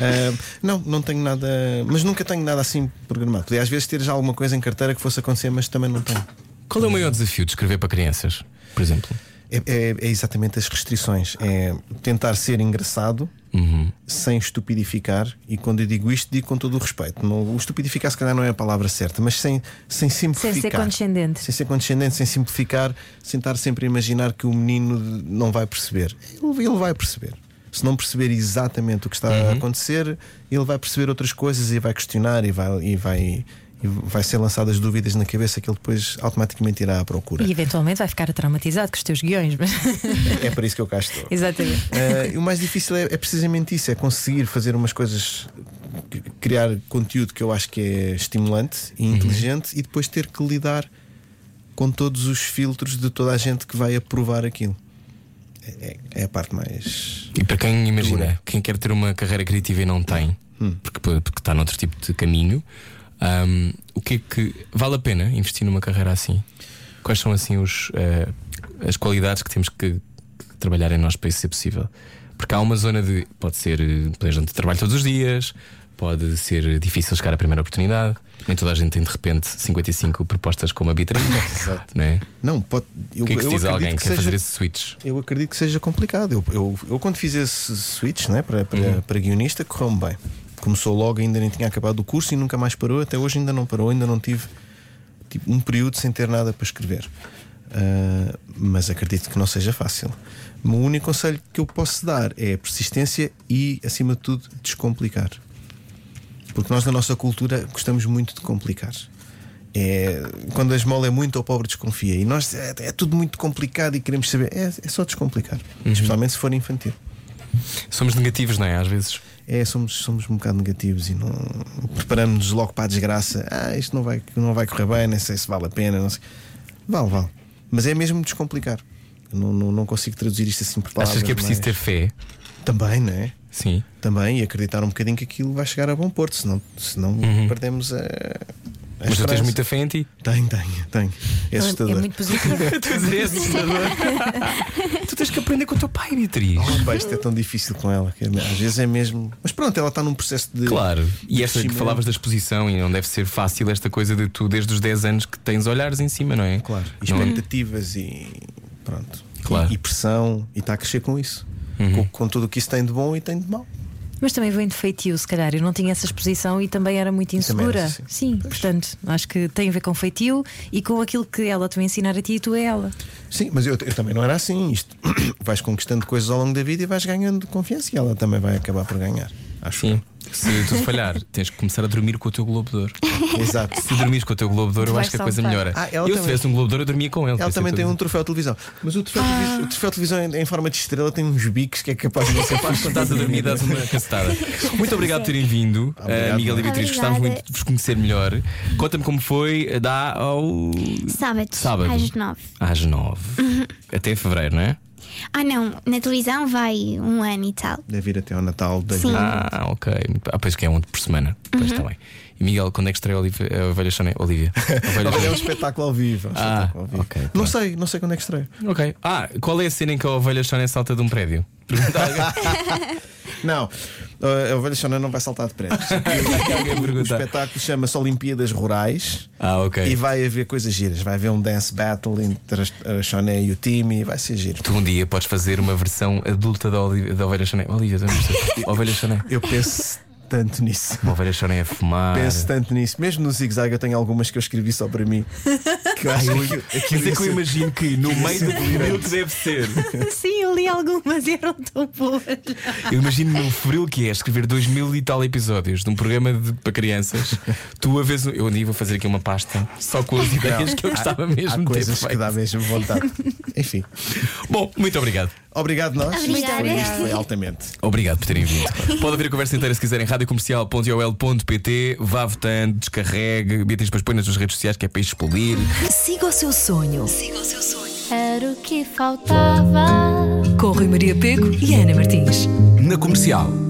Ah, não, não tenho nada. Mas nunca tenho nada assim programado. Podia às vezes ter já alguma coisa em carteira que fosse acontecer, mas também não tenho. Qual é o maior desafio de escrever para crianças, por exemplo? É, é- é exatamente as restrições. É tentar ser engraçado sem estupidificar. E quando eu digo isto, digo com todo o respeito. Não, o estupidificar, se calhar, não é a palavra certa, mas sem, sem simplificar. Sem ser condescendente. Sem ser condescendente, sem simplificar, sem estar sempre a imaginar que o menino de- não vai perceber. Ele, ele vai perceber. se não perceber exatamente o que está a acontecer, ele vai perceber outras coisas e vai questionar e vai. E vai e vai ser lançadas dúvidas na cabeça que ele depois automaticamente irá à procura. E eventualmente vai ficar traumatizado com os teus guiões. Mas... É para isso que eu cá estou. Exatamente. Eh, e o mais difícil é, é precisamente isso: é conseguir fazer umas coisas, c- criar conteúdo que eu acho que é estimulante Uhum. e inteligente e depois ter que lidar com todos os filtros de toda a gente que vai aprovar aquilo. É, é- é a parte mais. E para quem imagina, quem quer ter uma carreira criativa e não tem, Hum. porque, porque está noutro tipo de caminho, hum, o que é que vale a pena investir numa carreira assim? Quais são assim os, eh, as qualidades que temos que, que trabalhar em nós para isso ser possível? Porque há uma zona de. pode ser eh, planejamento de trabalho todos os dias, pode ser difícil chegar à primeira oportunidade, nem toda a gente tem de repente 55 propostas como a vitrine. não é? Não, pode. Eu, O que é que se eu diz a acredito alguém que quer seja- fazer esse switch? Eu acredito que seja complicado. Eu, eu, eu quando fiz esse switch né, para, para, para guionista, correu-me bem. Começou logo, ainda nem tinha acabado o curso e nunca mais parou. Até hoje ainda não parou, ainda não tive tipo, um período sem ter nada para escrever. Ah, mas acredito que não seja fácil. O único conselho que eu posso dar é persistência e, acima de tudo, descomplicar. Porque nós, na nossa cultura, gostamos muito de complicar. É, quando a esmola é muito, o pobre desconfia. E nós é, é tudo muito complicado e queremos saber. É, é só descomplicar, Uhum. especialmente se for infantil. Somos negativos, não é? Às vezes. É, somos, somos um bocado negativos e não preparamos-nos logo para a desgraça. Ah, isto não vai, não vai correr bem, nem sei se vale a pena. Não sei. Vale, vale. Mas é mesmo descomplicar. Eu Não, não, não consigo traduzir isto assim por palavras. Achas que é preciso mas- ter fé? Também, não é? Sim. Também, e acreditar um bocadinho que aquilo vai chegar a bom porto, senão, senão perdemos a. a Uhum. Mas tu tens esperança. muita fé em ti. Tenho, tenho, tenho. É assustador. É muito positivo. é? tu tens que aprender com o teu pai, Beatriz. Oh, pá, isto é tão difícil com ela. que às vezes é mesmo. Mas pronto, ela está num processo de. Claro, e de esta que crescimento. falavas da exposição, e não deve ser fácil esta coisa de tu, desde os 10 anos, que tens olhares em cima, não é? Claro. E Não é? Expectativas e. Pronto. Claro. Uhum. E, e pressão. E está a crescer com isso. Com, com tudo o que isso tem de bom e tem de mau. Mas também vem de feitio, se calhar. Eu não tinha essa exposição e também era muito também insegura. era assim. Sim, portanto, acho que tem a ver com feitio e com aquilo que ela te vai ensinar a ti e tu a ela. Sim, mas eu, eu também não era assim. Isto vais conquistando coisas ao longo da vida e vais ganhando confiança e ela também vai acabar por ganhar. Acho Sim. Se tu falhar, tens que começar a dormir com o teu globo de ouro. eu. Exato. Se dormires com o teu globo de ouro, Tu eu vais acho que a coisa saltar. melhora. Ah, ela eu, se também. tivesse um globo de ouro, eu dormia com ele. Ela também tem um troféu de televisão. Mas o troféu, de televisão, o troféu de televisão em- em forma de estrela tem uns bicos que é capaz de não ser Faz quando estás a dormir, dás uma cacetada. Muito obrigado por terem vindo, Obrigado. eh, Miguel e Beatriz. Gostávamos Obrigada. muito de vos conhecer melhor. Conta-me como foi, dá ao. Sábado, Sábado. às nove. Às nove. Até fevereiro, não é? Ah, não, na televisão vai um ano e tal. Deve ir até ao Natal. Deve Sim. Ah, ok. Ah, pois que é um por semana. Pois está bem. E Miguel, quando é que estreia a Olivia? A ovelha Chone... Olivia. A Ovelha É um Chone- espetáculo ao vivo. é um Ah, espetáculo ao vivo. ok, Não pronto. sei, não sei quando é que estreia. ok. Ah, qual é a cena em que a ovelha Chone salta de um prédio? Pergunta a alguém. Não, uh, a Ovelha Chona não vai saltar de prédios. alguém o perguntar. espetáculo chama-se Olimpíadas Rurais Ah, ok. e vai haver coisas giras. Vai haver um dance battle entre a Choné e o time e vai ser giro. Tu um dia podes fazer uma versão adulta da, Olivia, da ovelha Chone. Olivia, tu não percebes? ovelha Chone. Eu penso tanto nisso. Uma ovelha Chone a fumar. Penso tanto nisso. Mesmo no zig-zag eu tenho algumas que eu escrevi só para mim. Que eu acho que Mas aquilo é ia que eu ser- imagino que no meio é do frio que deve ser. Sim, eu li algumas e eram tão boas. Eu imagino o frio que é escrever dois mil e tal episódios de um programa de- para crianças. Tu a vez. Eu um dia vou fazer aqui uma pasta só com as ideias que eu gostava mesmo Há de ter coisas que feito. dá mesmo vontade. Enfim, Bom, muito obrigado. obrigado nós. Isto Obrigada. foi- isto foi altamente. Obrigado por terem vindo. Pode ouvir a conversa inteira se quiserem, radiocomercial.ol.pt. Vá votando, descarregue. Beatriz depois põe nas suas redes sociais que é para explodir. Siga o seu sonho. Siga o seu sonho. Era o que faltava. Com Rui Maria Pego e Ana Martins. Na comercial.